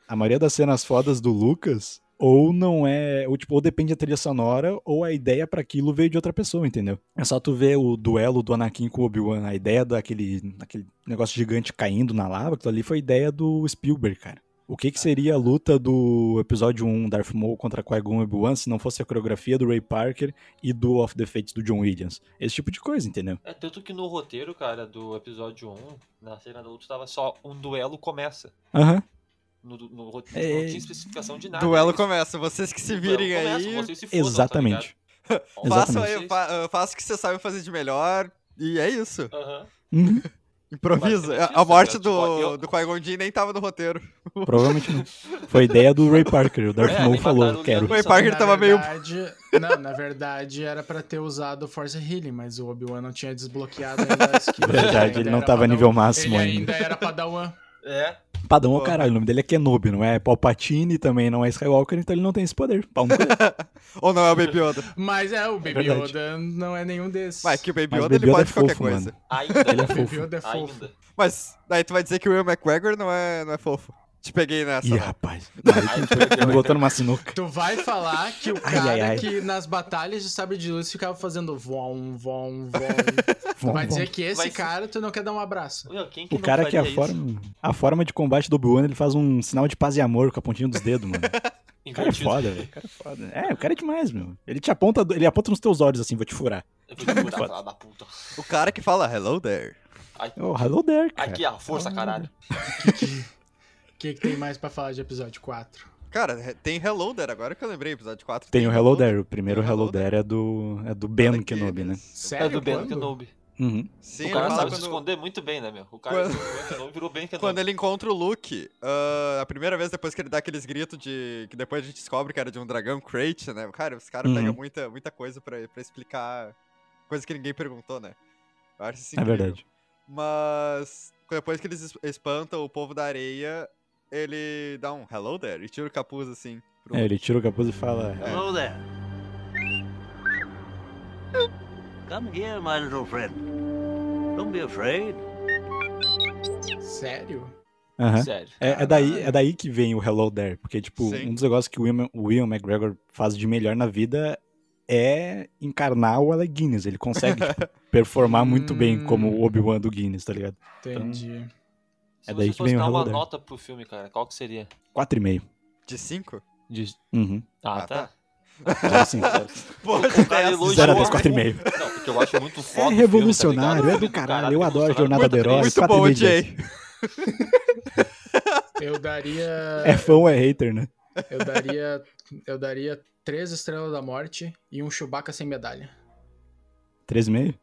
Speaker 2: A maioria das cenas fodas do Lucas ou não é, ou tipo, ou depende da trilha sonora, ou a ideia pra aquilo veio de outra pessoa, entendeu? É só tu ver o duelo do Anakin com o Obi-Wan, a ideia daquele, daquele negócio gigante caindo na lava, aquilo ali foi ideia do Spielberg, cara. O que que seria a luta do episódio 1, Darth Maul contra Qui-Gon e Obi-Wan, se não fosse a coreografia do Ray Parker e do Off the Fates do John Williams? Esse tipo de coisa, entendeu?
Speaker 5: É tanto que no roteiro, cara, do episódio 1, na cena da luta, tava só um duelo começa.
Speaker 2: Aham.
Speaker 5: No, roteiro,
Speaker 2: É,
Speaker 5: não é tinha especificação de nada.
Speaker 3: Duelo começa, vocês que se
Speaker 5: Duelo
Speaker 3: virem
Speaker 5: começa,
Speaker 3: aí.
Speaker 5: vocês se fodam, tá
Speaker 2: Exatamente.
Speaker 5: ligado?
Speaker 3: Faça,
Speaker 2: Exatamente.
Speaker 3: aí, fa- uh, faça o que você sabe fazer de melhor. E é isso.
Speaker 5: Aham.
Speaker 2: Uhum.
Speaker 3: Improvisa.
Speaker 5: Basicamente
Speaker 3: A- A
Speaker 5: isso,
Speaker 3: morte
Speaker 5: cara. Tipo,
Speaker 3: do,
Speaker 5: eu-
Speaker 3: do Qui-Gon Jinn nem tava no roteiro.
Speaker 2: Provavelmente não. Foi ideia do Ray Parker, o Darth
Speaker 5: É,
Speaker 2: Maul
Speaker 5: nem
Speaker 2: falou,
Speaker 5: mataram o
Speaker 2: quero.
Speaker 5: Leandro.
Speaker 3: O Ray Parker
Speaker 4: na
Speaker 3: tava meio.
Speaker 4: verdade, Não, na verdade era pra ter usado o Force Healing, mas o Obi-Wan não tinha desbloqueado ainda
Speaker 2: [laughs]
Speaker 4: a skill.
Speaker 2: É Verdade, ele
Speaker 4: Ainda
Speaker 2: não
Speaker 4: era
Speaker 2: tava
Speaker 4: Padawan.
Speaker 2: nível um máximo
Speaker 4: Ele
Speaker 2: ainda.
Speaker 4: ainda era um Padawan.
Speaker 5: É.
Speaker 2: Padão é o
Speaker 3: Pô.
Speaker 2: caralho, o nome dele é Kenobi, não é Palpatine, também não é Skywalker, então ele não tem esse poder. Pau no cu.
Speaker 3: Ou não é o Baby Yoda?
Speaker 4: Mas é, o Baby
Speaker 2: verdade.
Speaker 4: Yoda não é nenhum desses.
Speaker 3: Mas que o Baby
Speaker 2: Mas o
Speaker 3: Yoda
Speaker 2: Baby
Speaker 3: ele
Speaker 2: Yoda é
Speaker 3: pode qualquer
Speaker 2: fofo,
Speaker 3: coisa.
Speaker 5: Ainda.
Speaker 2: [laughs] Ele é
Speaker 4: o Baby
Speaker 2: fofo.
Speaker 4: Yoda é fofo.
Speaker 5: Ainda.
Speaker 3: Mas daí tu vai dizer que o Will McGregor não é, não é fofo. Te peguei nessa.
Speaker 2: Ih, rapaz. Aí tu me botou numa sinuca.
Speaker 4: Tu vai falar que o
Speaker 2: [laughs] Ai,
Speaker 4: cara
Speaker 2: ai, ai.
Speaker 4: que nas batalhas de sabre de luz ficava fazendo vom, vom, vom. Tu
Speaker 2: [laughs] Vom,
Speaker 4: vai
Speaker 2: vom.
Speaker 4: dizer que esse
Speaker 5: Mas-
Speaker 4: cara tu não quer dar um abraço.
Speaker 5: Meu, quem que
Speaker 2: O
Speaker 5: não
Speaker 2: cara é que
Speaker 5: faria
Speaker 2: a
Speaker 5: isso?
Speaker 2: forma, a forma de combate do Obi-Wan, ele faz um sinal de paz e amor com a pontinha dos dedos, mano. O cara é
Speaker 5: Invertido.
Speaker 2: foda, velho. O cara é foda. É, o cara é demais, meu. Ele te aponta, ele aponta nos teus olhos assim, vou te furar.
Speaker 5: Eu vou te botar, filha da puta.
Speaker 3: O cara que fala hello there.
Speaker 5: Ai,
Speaker 2: Oh, hello there, cara.
Speaker 5: Aqui, ó, força, caralho.
Speaker 4: O que, que tem mais pra falar de episódio 4?
Speaker 3: Cara, re- tem hello there agora que eu lembrei, episódio 4.
Speaker 2: Tem o Hello There, o primeiro
Speaker 3: Tem o
Speaker 2: Hello
Speaker 3: Hello
Speaker 2: There é do, é do Ben
Speaker 3: Olha que-
Speaker 2: Kenobi, né?
Speaker 4: Sério?
Speaker 5: É do Ben
Speaker 4: quando?
Speaker 5: Kenobi.
Speaker 2: Uhum.
Speaker 3: Sim,
Speaker 5: o cara
Speaker 3: ele fala
Speaker 5: sabe se
Speaker 3: quando,
Speaker 5: esconder né? muito bem, né, meu? O cara
Speaker 3: Quando-
Speaker 5: do Ben Kenobi
Speaker 2: [laughs]
Speaker 5: virou Ben Kenobi.
Speaker 3: quando ele encontra o Luke, ah, a primeira vez depois que ele dá aqueles gritos de. que depois a gente descobre que era de um dragão crate, né? Cara, os caras
Speaker 2: Uhum.
Speaker 3: pegam muita, muita coisa pra, pra explicar coisa que ninguém perguntou, né? Eu acho isso
Speaker 2: É
Speaker 3: incrível.
Speaker 2: verdade.
Speaker 3: Mas depois que eles es- espantam o povo da areia, ele dá um hello there e tira o capuz assim. pro
Speaker 2: É,
Speaker 3: [laughs] Luke.
Speaker 2: ele tira o capuz e fala,
Speaker 7: Hello there. Come here, my little friend. Don't be afraid.
Speaker 4: Sério?
Speaker 2: aham.
Speaker 5: Sério.
Speaker 2: É, é daí, é daí que vem o Hello There, porque, tipo,
Speaker 3: Sim.
Speaker 2: um dos negócios que o William, o Ian McGregor faz de melhor na vida é encarnar o Alec Guinness. Ele
Speaker 3: [laughs]
Speaker 2: consegue tipo, performar muito bem como o Obi-Wan do Guinness, tá ligado?
Speaker 4: Entendi.
Speaker 5: Se
Speaker 2: é daí
Speaker 5: você
Speaker 2: que
Speaker 5: fosse
Speaker 2: vem o
Speaker 5: dar uma
Speaker 2: Hello There.
Speaker 5: nota pro filme, cara, qual que seria?
Speaker 2: 4,5.
Speaker 3: De cinco?
Speaker 5: De-
Speaker 2: Uhum.
Speaker 5: Ah,
Speaker 3: Ah,
Speaker 5: tá.
Speaker 2: Então, [laughs] assim,
Speaker 3: Pô,
Speaker 5: O cara elogiou
Speaker 2: zero a
Speaker 5: o
Speaker 2: dez,
Speaker 5: homem.
Speaker 2: quatro e meio.
Speaker 5: Não, porque eu acho muito foda.
Speaker 2: [laughs] É
Speaker 5: o filme, tá
Speaker 2: revolucionário,
Speaker 5: ligado?
Speaker 2: é do caralho, eu
Speaker 5: Caralho,
Speaker 2: adoro
Speaker 5: revolucionário.
Speaker 2: Jornada do Herói.
Speaker 3: Muito
Speaker 2: quatro e
Speaker 3: bom,
Speaker 2: meio
Speaker 3: o
Speaker 2: de
Speaker 3: Jay.
Speaker 4: Eu daria.
Speaker 2: é fã ou é hater, né?
Speaker 4: Eu daria. Eu daria três estrelas da morte e um Chewbacca sem medalha.
Speaker 2: 3,5?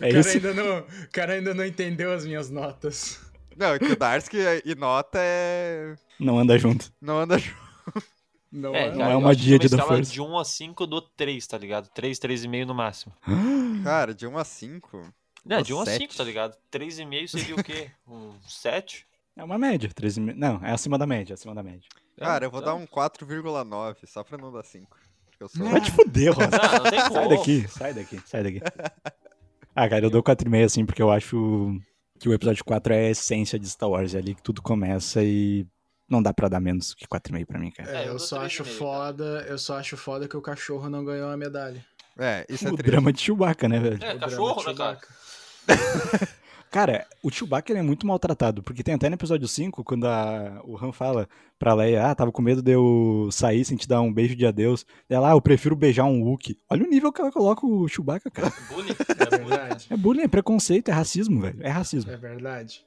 Speaker 2: é
Speaker 4: o, cara
Speaker 2: isso?
Speaker 4: Ainda não, o cara ainda não entendeu as minhas notas.
Speaker 3: Não, é que o Darcy e nota é.
Speaker 2: Não anda junto. [gasps]
Speaker 3: Não anda junto.
Speaker 4: Não
Speaker 5: É,
Speaker 4: é.
Speaker 5: cara,
Speaker 2: é
Speaker 5: eu
Speaker 2: uma
Speaker 5: acho que
Speaker 2: dia
Speaker 5: numa
Speaker 2: de The
Speaker 5: escala
Speaker 2: First.
Speaker 5: De 1 a 5, eu dou 3, tá ligado? 3, 3,5 no máximo.
Speaker 3: Cara, de 1 a 5.
Speaker 5: Não, de 1 a
Speaker 3: Sete.
Speaker 5: 5, tá ligado? 3,5 seria
Speaker 2: [laughs]
Speaker 5: o quê? Um 7?
Speaker 2: É uma média, 13 mil. Não, é acima da média, é acima da média.
Speaker 3: Cara,
Speaker 5: Tá.
Speaker 3: eu vou dar um 4,9, só pra não dar 5. Eu sou...
Speaker 2: Vai te fuder, Rosa.
Speaker 5: Não, não tem
Speaker 2: Sai
Speaker 5: como.
Speaker 2: daqui, sai daqui, sai daqui. Ah, cara, eu dou 4,5 assim, porque eu acho que o episódio 4 é a essência de Star Wars, é ali que tudo começa e não dá pra dar menos que 4,5 pra mim, cara.
Speaker 5: É,
Speaker 4: É,
Speaker 5: eu
Speaker 4: eu
Speaker 5: dou
Speaker 4: só
Speaker 5: três
Speaker 4: acho
Speaker 5: e meio,
Speaker 4: foda, eu só acho foda que o cachorro não ganhou a medalha.
Speaker 3: É, isso é
Speaker 2: o
Speaker 3: triste.
Speaker 2: drama de Chewbacca, né, velho?
Speaker 5: É,
Speaker 4: O
Speaker 5: cachorro,
Speaker 4: drama
Speaker 5: né,
Speaker 4: de
Speaker 5: cara?
Speaker 4: Chewbacca.
Speaker 2: Cara, o Chewbacca ele é muito maltratado, porque tem até no episódio 5, quando a- o Han fala pra Leia, ah, tava com medo de eu sair sem te dar um beijo de adeus. Ela, ah, eu prefiro beijar um Wookie. Olha o nível que ela coloca o Chewbacca, cara.
Speaker 5: Bullying.
Speaker 4: É verdade.
Speaker 2: É bullying, é preconceito, é racismo, velho. É racismo.
Speaker 4: É verdade.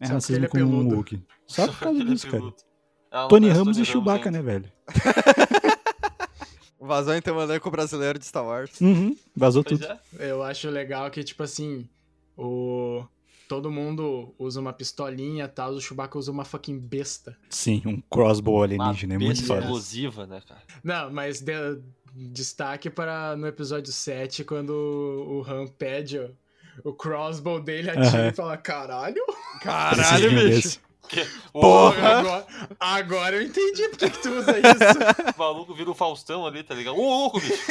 Speaker 2: É
Speaker 4: Só porque ele
Speaker 2: racismo
Speaker 4: é
Speaker 2: com um
Speaker 4: peludo.
Speaker 2: Wookie. Só por causa
Speaker 5: Ele é
Speaker 2: disso, cara.
Speaker 5: piloto. Ah, não
Speaker 2: Tony
Speaker 5: parece
Speaker 2: Ramos e
Speaker 5: Ramos,
Speaker 2: Chewbacca,
Speaker 5: hein?
Speaker 2: né, velho?
Speaker 3: Vazou então mandando com o brasileiro de Star Wars.
Speaker 2: Uhum, vazou
Speaker 5: Pois
Speaker 2: tudo.
Speaker 5: é.
Speaker 4: Eu acho legal que, tipo assim, o. Todo mundo usa uma pistolinha e tal, o Chewbacca usa uma fucking besta.
Speaker 2: Sim, um crossbow
Speaker 5: Uma
Speaker 2: alienígena, é muito
Speaker 5: besta
Speaker 2: foda.
Speaker 5: explosiva, né, cara?
Speaker 4: Não, mas de- destaque para no episódio 7, quando o o Han pede o, o crossbow dele, atira
Speaker 2: Aham.
Speaker 4: e fala, caralho,
Speaker 2: Preciso de
Speaker 3: Caralho,
Speaker 2: um
Speaker 3: bicho.
Speaker 2: desse.
Speaker 5: Porra!
Speaker 4: agora, agora eu entendi porque que tu usa [laughs] isso.
Speaker 5: O maluco vira o Faustão ali, tá ligado? Ô, louco, bicho!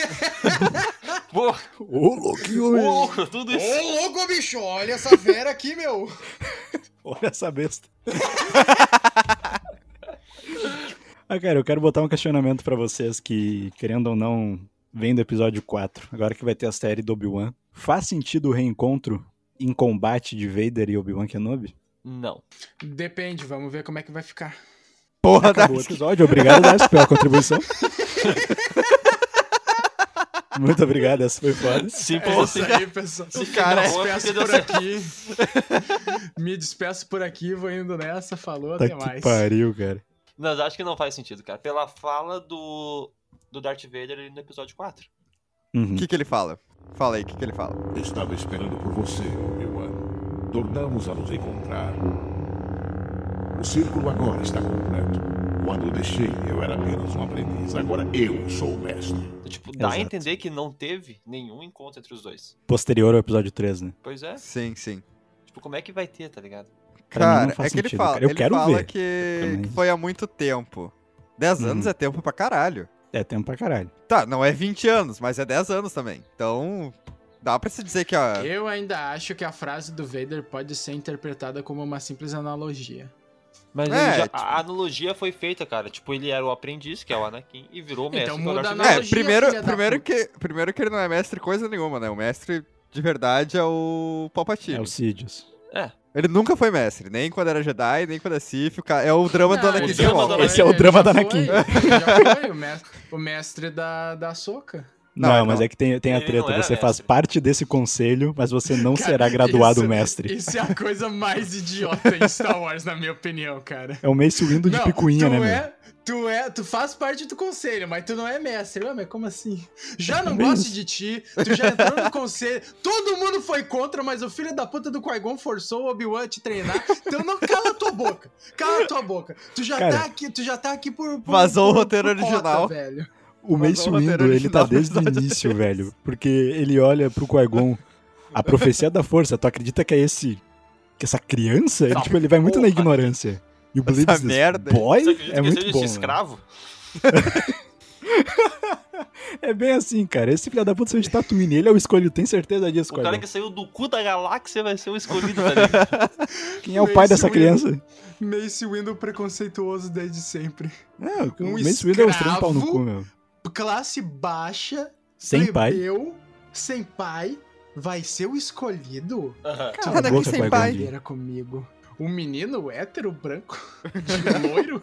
Speaker 5: Porra,
Speaker 2: Ô, louquinho,
Speaker 5: ô,
Speaker 2: velho.
Speaker 5: louco, tudo isso.
Speaker 4: louco, bicho, olha essa fera aqui, meu.
Speaker 2: Olha essa besta. [laughs] ah, cara, eu quero botar um questionamento pra vocês que, querendo ou não, vem do episódio 4, agora que vai ter a série do Obi-Wan. Faz sentido o reencontro em combate de Vader e Obi-Wan [laughs] Kenobi?
Speaker 5: Não.
Speaker 4: Depende, vamos ver como é que vai ficar.
Speaker 2: Porra, Acabou o episódio. Obrigado, Darcy, pela [laughs] contribuição. Muito obrigado, essa foi foda.
Speaker 5: Simples
Speaker 4: É
Speaker 5: assim.
Speaker 4: isso aí, pessoal.
Speaker 5: Se cara
Speaker 4: Me
Speaker 5: é
Speaker 4: despeço
Speaker 5: entendeu
Speaker 4: por aqui. [laughs] Me despeço por aqui, vou indo nessa. Falou,
Speaker 2: Tá
Speaker 4: até
Speaker 2: que
Speaker 4: mais.
Speaker 2: pariu, cara.
Speaker 5: Mas acho que não faz sentido, cara. Pela fala do, do Darth Vader ali no episódio 4.
Speaker 2: Uhum.
Speaker 3: O que, que ele fala? Fala aí, o que, que ele fala?
Speaker 1: Estava esperando por você, Obi-Wan. Tornamos a nos encontrar. O círculo agora está completo. Quando o deixei, eu era apenas um aprendiz. Agora eu sou o mestre.
Speaker 5: Então, tipo, dá a
Speaker 2: Exato.
Speaker 5: entender que não teve nenhum encontro entre os dois.
Speaker 2: Posterior ao episódio 3, né?
Speaker 5: Pois é.
Speaker 3: Sim, sim.
Speaker 5: Tipo, como é que vai ter, tá ligado?
Speaker 2: Pra mim não
Speaker 3: Cara,
Speaker 2: faz
Speaker 3: é que ele
Speaker 2: sentido,
Speaker 3: fala,
Speaker 2: cara. Eu
Speaker 3: ele
Speaker 2: quero
Speaker 3: fala
Speaker 2: ver.
Speaker 3: que,
Speaker 2: Também.
Speaker 3: que foi há muito tempo. 10 anos
Speaker 2: Uhum.
Speaker 3: é tempo pra caralho.
Speaker 2: É tempo pra caralho.
Speaker 3: Tá, não é 20 anos, mas é 10 anos também. Então, dá pra se dizer que a...
Speaker 4: Eu ainda acho que a frase do Vader pode ser interpretada como uma simples analogia.
Speaker 5: Mas
Speaker 3: É,
Speaker 5: ele já-
Speaker 3: tipo-
Speaker 5: a analogia foi feita, cara. Tipo, ele era o aprendiz, que é o Anakin, e virou o mestre.
Speaker 4: Então
Speaker 5: que é o
Speaker 4: muda
Speaker 5: Darth
Speaker 4: a
Speaker 5: Vader.
Speaker 3: É,
Speaker 4: analogia,
Speaker 3: primeiro,
Speaker 4: filha da
Speaker 3: primeiro,
Speaker 4: puta.
Speaker 3: que, primeiro que ele não é mestre coisa nenhuma, né? O mestre de verdade é o
Speaker 2: É
Speaker 3: Palpatine.
Speaker 2: o Sidious.
Speaker 5: É,
Speaker 3: Ele nunca foi mestre, nem quando era Jedi, nem quando é Sith. o ca- É o drama do
Speaker 4: Não,
Speaker 3: Anakin
Speaker 5: o drama
Speaker 3: Skywalker.
Speaker 5: do Anakin.
Speaker 2: Esse é o
Speaker 4: Ele
Speaker 2: drama
Speaker 4: já
Speaker 2: da
Speaker 4: foi-
Speaker 2: Anakin.
Speaker 4: Já foi o mestre, o mestre da, da soca.
Speaker 2: Não,
Speaker 3: Não,
Speaker 2: mas
Speaker 3: não.
Speaker 2: é que tem, tem a
Speaker 5: Ele não
Speaker 2: treta.
Speaker 5: era
Speaker 2: Você faz
Speaker 5: mestre.
Speaker 2: parte desse conselho, mas você
Speaker 5: [laughs]
Speaker 2: não será graduado mestre.
Speaker 4: Isso é a coisa mais idiota em Star Wars, na minha opinião, cara.
Speaker 2: É o Mace Windu de
Speaker 4: Não,
Speaker 2: picuinha,
Speaker 4: tu
Speaker 2: né,
Speaker 4: é,
Speaker 2: meu?
Speaker 4: Tu é, tu faz parte do conselho, mas tu não é mestre. Ué, mas como assim?
Speaker 2: [laughs]
Speaker 4: Já não
Speaker 2: Bem
Speaker 4: gosto
Speaker 2: isso.
Speaker 4: de ti, tu já entrou no conselho, todo mundo foi contra, mas o filho da puta do Qui-Gon forçou o Obi-Wan a te treinar. Então não cala tua boca. Cala tua boca. Tu já
Speaker 2: Cara.
Speaker 4: tá aqui, tu já tá aqui por, por
Speaker 3: Vazou o
Speaker 4: por-
Speaker 3: roteiro
Speaker 4: por
Speaker 3: original.
Speaker 4: velho.
Speaker 2: O
Speaker 3: Mas
Speaker 2: Mace
Speaker 3: o roteiro
Speaker 2: Windu, ele tá
Speaker 3: original do
Speaker 2: desde o
Speaker 3: episódio
Speaker 2: início,
Speaker 3: três.
Speaker 2: velho. Porque ele olha pro Qui-Gon, a profecia da força, tu acredita que é esse... Que essa criança? Ele,
Speaker 5: Essa
Speaker 2: tipo, ele vai muito na
Speaker 5: porra.
Speaker 2: ignorância. E o Blitz
Speaker 3: merda.
Speaker 2: boy
Speaker 5: você acredita
Speaker 2: é
Speaker 5: que
Speaker 2: muito
Speaker 5: seja
Speaker 2: bom.
Speaker 5: esse
Speaker 2: mano.
Speaker 5: escravo?
Speaker 2: É bem assim, cara. Esse filho da puta saiu de Tatooine. Ele é o escolhido, tem certeza disso,
Speaker 5: O cara
Speaker 2: Qui-Gon.
Speaker 5: que saiu do cu da galáxia vai ser o escolhido, tá [laughs] ligado?
Speaker 2: Quem é o pai
Speaker 4: Mace
Speaker 2: dessa
Speaker 4: Windu.
Speaker 2: criança?
Speaker 4: Mace Windu preconceituoso desde sempre.
Speaker 2: É, o
Speaker 4: Um
Speaker 2: Mace Windu é um estranho pau no
Speaker 4: escravo
Speaker 2: cu, meu.
Speaker 4: Classe baixa,
Speaker 2: Sem pai.
Speaker 4: plebeu, sem pai, vai ser o escolhido?
Speaker 5: Aham.
Speaker 2: Cala é a
Speaker 3: Anakin
Speaker 2: boca,
Speaker 3: tá sem
Speaker 2: Qui-Gon
Speaker 3: pai.
Speaker 2: Jinn.
Speaker 4: Era comigo. Um menino hétero
Speaker 5: [laughs]
Speaker 4: branco de loiro,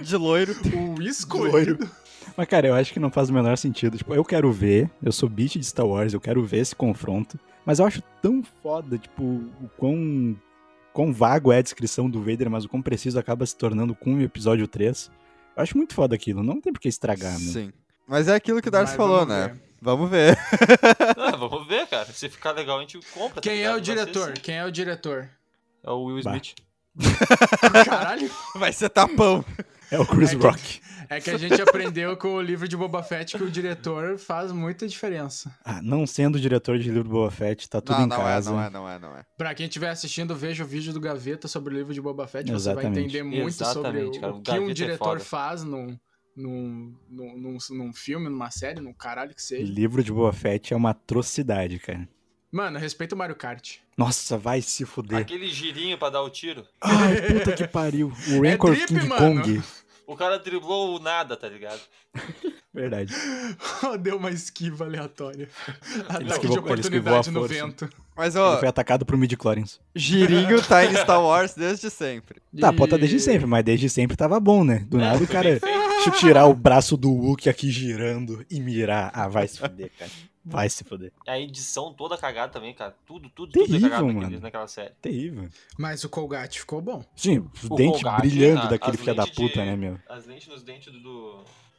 Speaker 3: De loiro.
Speaker 2: Tá
Speaker 4: o escolhido.
Speaker 2: Mas, cara, eu acho que não faz o menor sentido. Tipo, eu quero ver, eu sou beat de Star Wars, eu quero ver esse confronto. Mas eu acho tão foda, tipo, o quão, quão vago é a descrição do Vader, mas o quão preciso acaba se tornando com o episódio 3. Eu acho muito foda aquilo, não tem por que estragar, meu.
Speaker 3: Sim. Mas é aquilo que o Darcy
Speaker 4: Mas
Speaker 3: falou,
Speaker 4: vamos
Speaker 3: né?
Speaker 4: ver.
Speaker 3: Vamos ver. [laughs]
Speaker 5: Ah, vamos ver, cara. Se ficar legal, a gente compra. tá
Speaker 4: Quem é
Speaker 5: ligado?
Speaker 4: o
Speaker 5: Vai ser
Speaker 4: diretor?
Speaker 5: assim.
Speaker 4: Quem é o diretor?
Speaker 5: É o Will
Speaker 2: Bah.
Speaker 5: Smith.
Speaker 4: Caralho,
Speaker 3: Vai ser tapão.
Speaker 2: É o Chris
Speaker 4: Aí tem-
Speaker 2: Rock.
Speaker 4: É que a gente aprendeu com o livro de Boba Fett que o diretor faz muita diferença.
Speaker 2: Ah, não sendo diretor de livro do Boba Fett, tá tudo
Speaker 3: não,
Speaker 2: em
Speaker 3: não
Speaker 2: casa.
Speaker 3: é, não é, não é, não é.
Speaker 4: Pra quem estiver assistindo, veja o vídeo do Gaveta sobre o livro de Boba Fett. Você vai
Speaker 2: Exatamente.
Speaker 4: entender muito sobre
Speaker 5: Exatamente,
Speaker 4: o,
Speaker 5: cara. O
Speaker 4: o que
Speaker 5: Gaveta
Speaker 4: um
Speaker 5: é
Speaker 4: diretor
Speaker 5: foda.
Speaker 4: faz num, num, num, num, num filme, numa série, num caralho que seja.
Speaker 2: Livro de Boba Fett é uma atrocidade, cara.
Speaker 4: Mano, respeita o Mario Kart.
Speaker 2: Nossa, vai se fuder.
Speaker 5: Aquele girinho pra dar o tiro.
Speaker 2: Ai, puta que pariu. O
Speaker 4: É
Speaker 2: Rancor
Speaker 4: drip,
Speaker 2: King
Speaker 4: mano.
Speaker 2: Kong.
Speaker 5: O cara driblou o nada, tá ligado?
Speaker 2: Verdade.
Speaker 4: Deu uma esquiva aleatória. Ataque
Speaker 2: esquivou- [laughs]
Speaker 4: de
Speaker 2: ele esquivou a
Speaker 4: oportunidade no
Speaker 2: força.
Speaker 4: vento.
Speaker 3: Mas,
Speaker 2: Ele
Speaker 3: ó,
Speaker 2: foi atacado por midi chlorians
Speaker 3: girinho tá em Star Wars desde sempre.
Speaker 2: Tá,
Speaker 4: E-
Speaker 2: pode tá desde sempre, mas desde sempre tava bom, né?
Speaker 5: É,
Speaker 2: Do nada o cara deixa eu tirar o braço do Hulk aqui girando e mirar. Ah, vai se fuder, cara. Vai se fuder.
Speaker 5: A edição toda cagada também, cara. Tudo, tudo, tudo
Speaker 2: Terrível,
Speaker 5: é cagado naquele-
Speaker 2: mano.
Speaker 5: naquela série.
Speaker 2: Terrível.
Speaker 4: Mas o Colgate ficou bom.
Speaker 2: Sim, os
Speaker 5: O
Speaker 2: dentes
Speaker 5: Colgate,
Speaker 2: brilhando
Speaker 5: a-
Speaker 2: daquele
Speaker 5: as
Speaker 2: filho da
Speaker 5: lentes
Speaker 2: puta,
Speaker 5: de-
Speaker 2: né, meu?
Speaker 5: As lentes nos dentes do,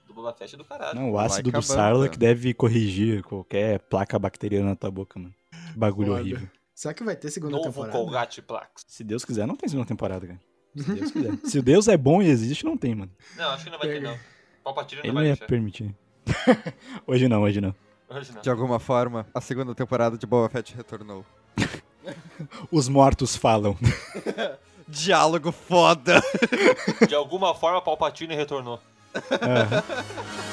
Speaker 5: do Boba Fett é do caralho.
Speaker 2: Não, o
Speaker 3: vai
Speaker 2: ácido do
Speaker 3: acabando,
Speaker 2: Sarlacc
Speaker 3: cara.
Speaker 2: deve corrigir qualquer placa bacteriana na tua boca, mano. Que Bagulho
Speaker 4: Foda.
Speaker 2: horrível.
Speaker 4: Será que vai ter segunda
Speaker 5: Novo
Speaker 4: temporada?
Speaker 5: Colgate Plax.
Speaker 2: Se Deus quiser, não tem segunda temporada, cara. Se Deus quiser. Se Deus é bom e existe, não tem, mano.
Speaker 5: Não, acho que não vai ter,
Speaker 4: Pega.
Speaker 5: não. Palpatine não
Speaker 2: Ele é não
Speaker 5: vai
Speaker 2: ia
Speaker 5: deixar.
Speaker 2: permitir. [laughs] hoje não, hoje não.
Speaker 5: Hoje não.
Speaker 3: De alguma forma, a segunda temporada de Boba Fett retornou.
Speaker 2: Os mortos falam.
Speaker 3: Diálogo foda!
Speaker 5: De alguma forma, Palpatine retornou.
Speaker 2: Aham.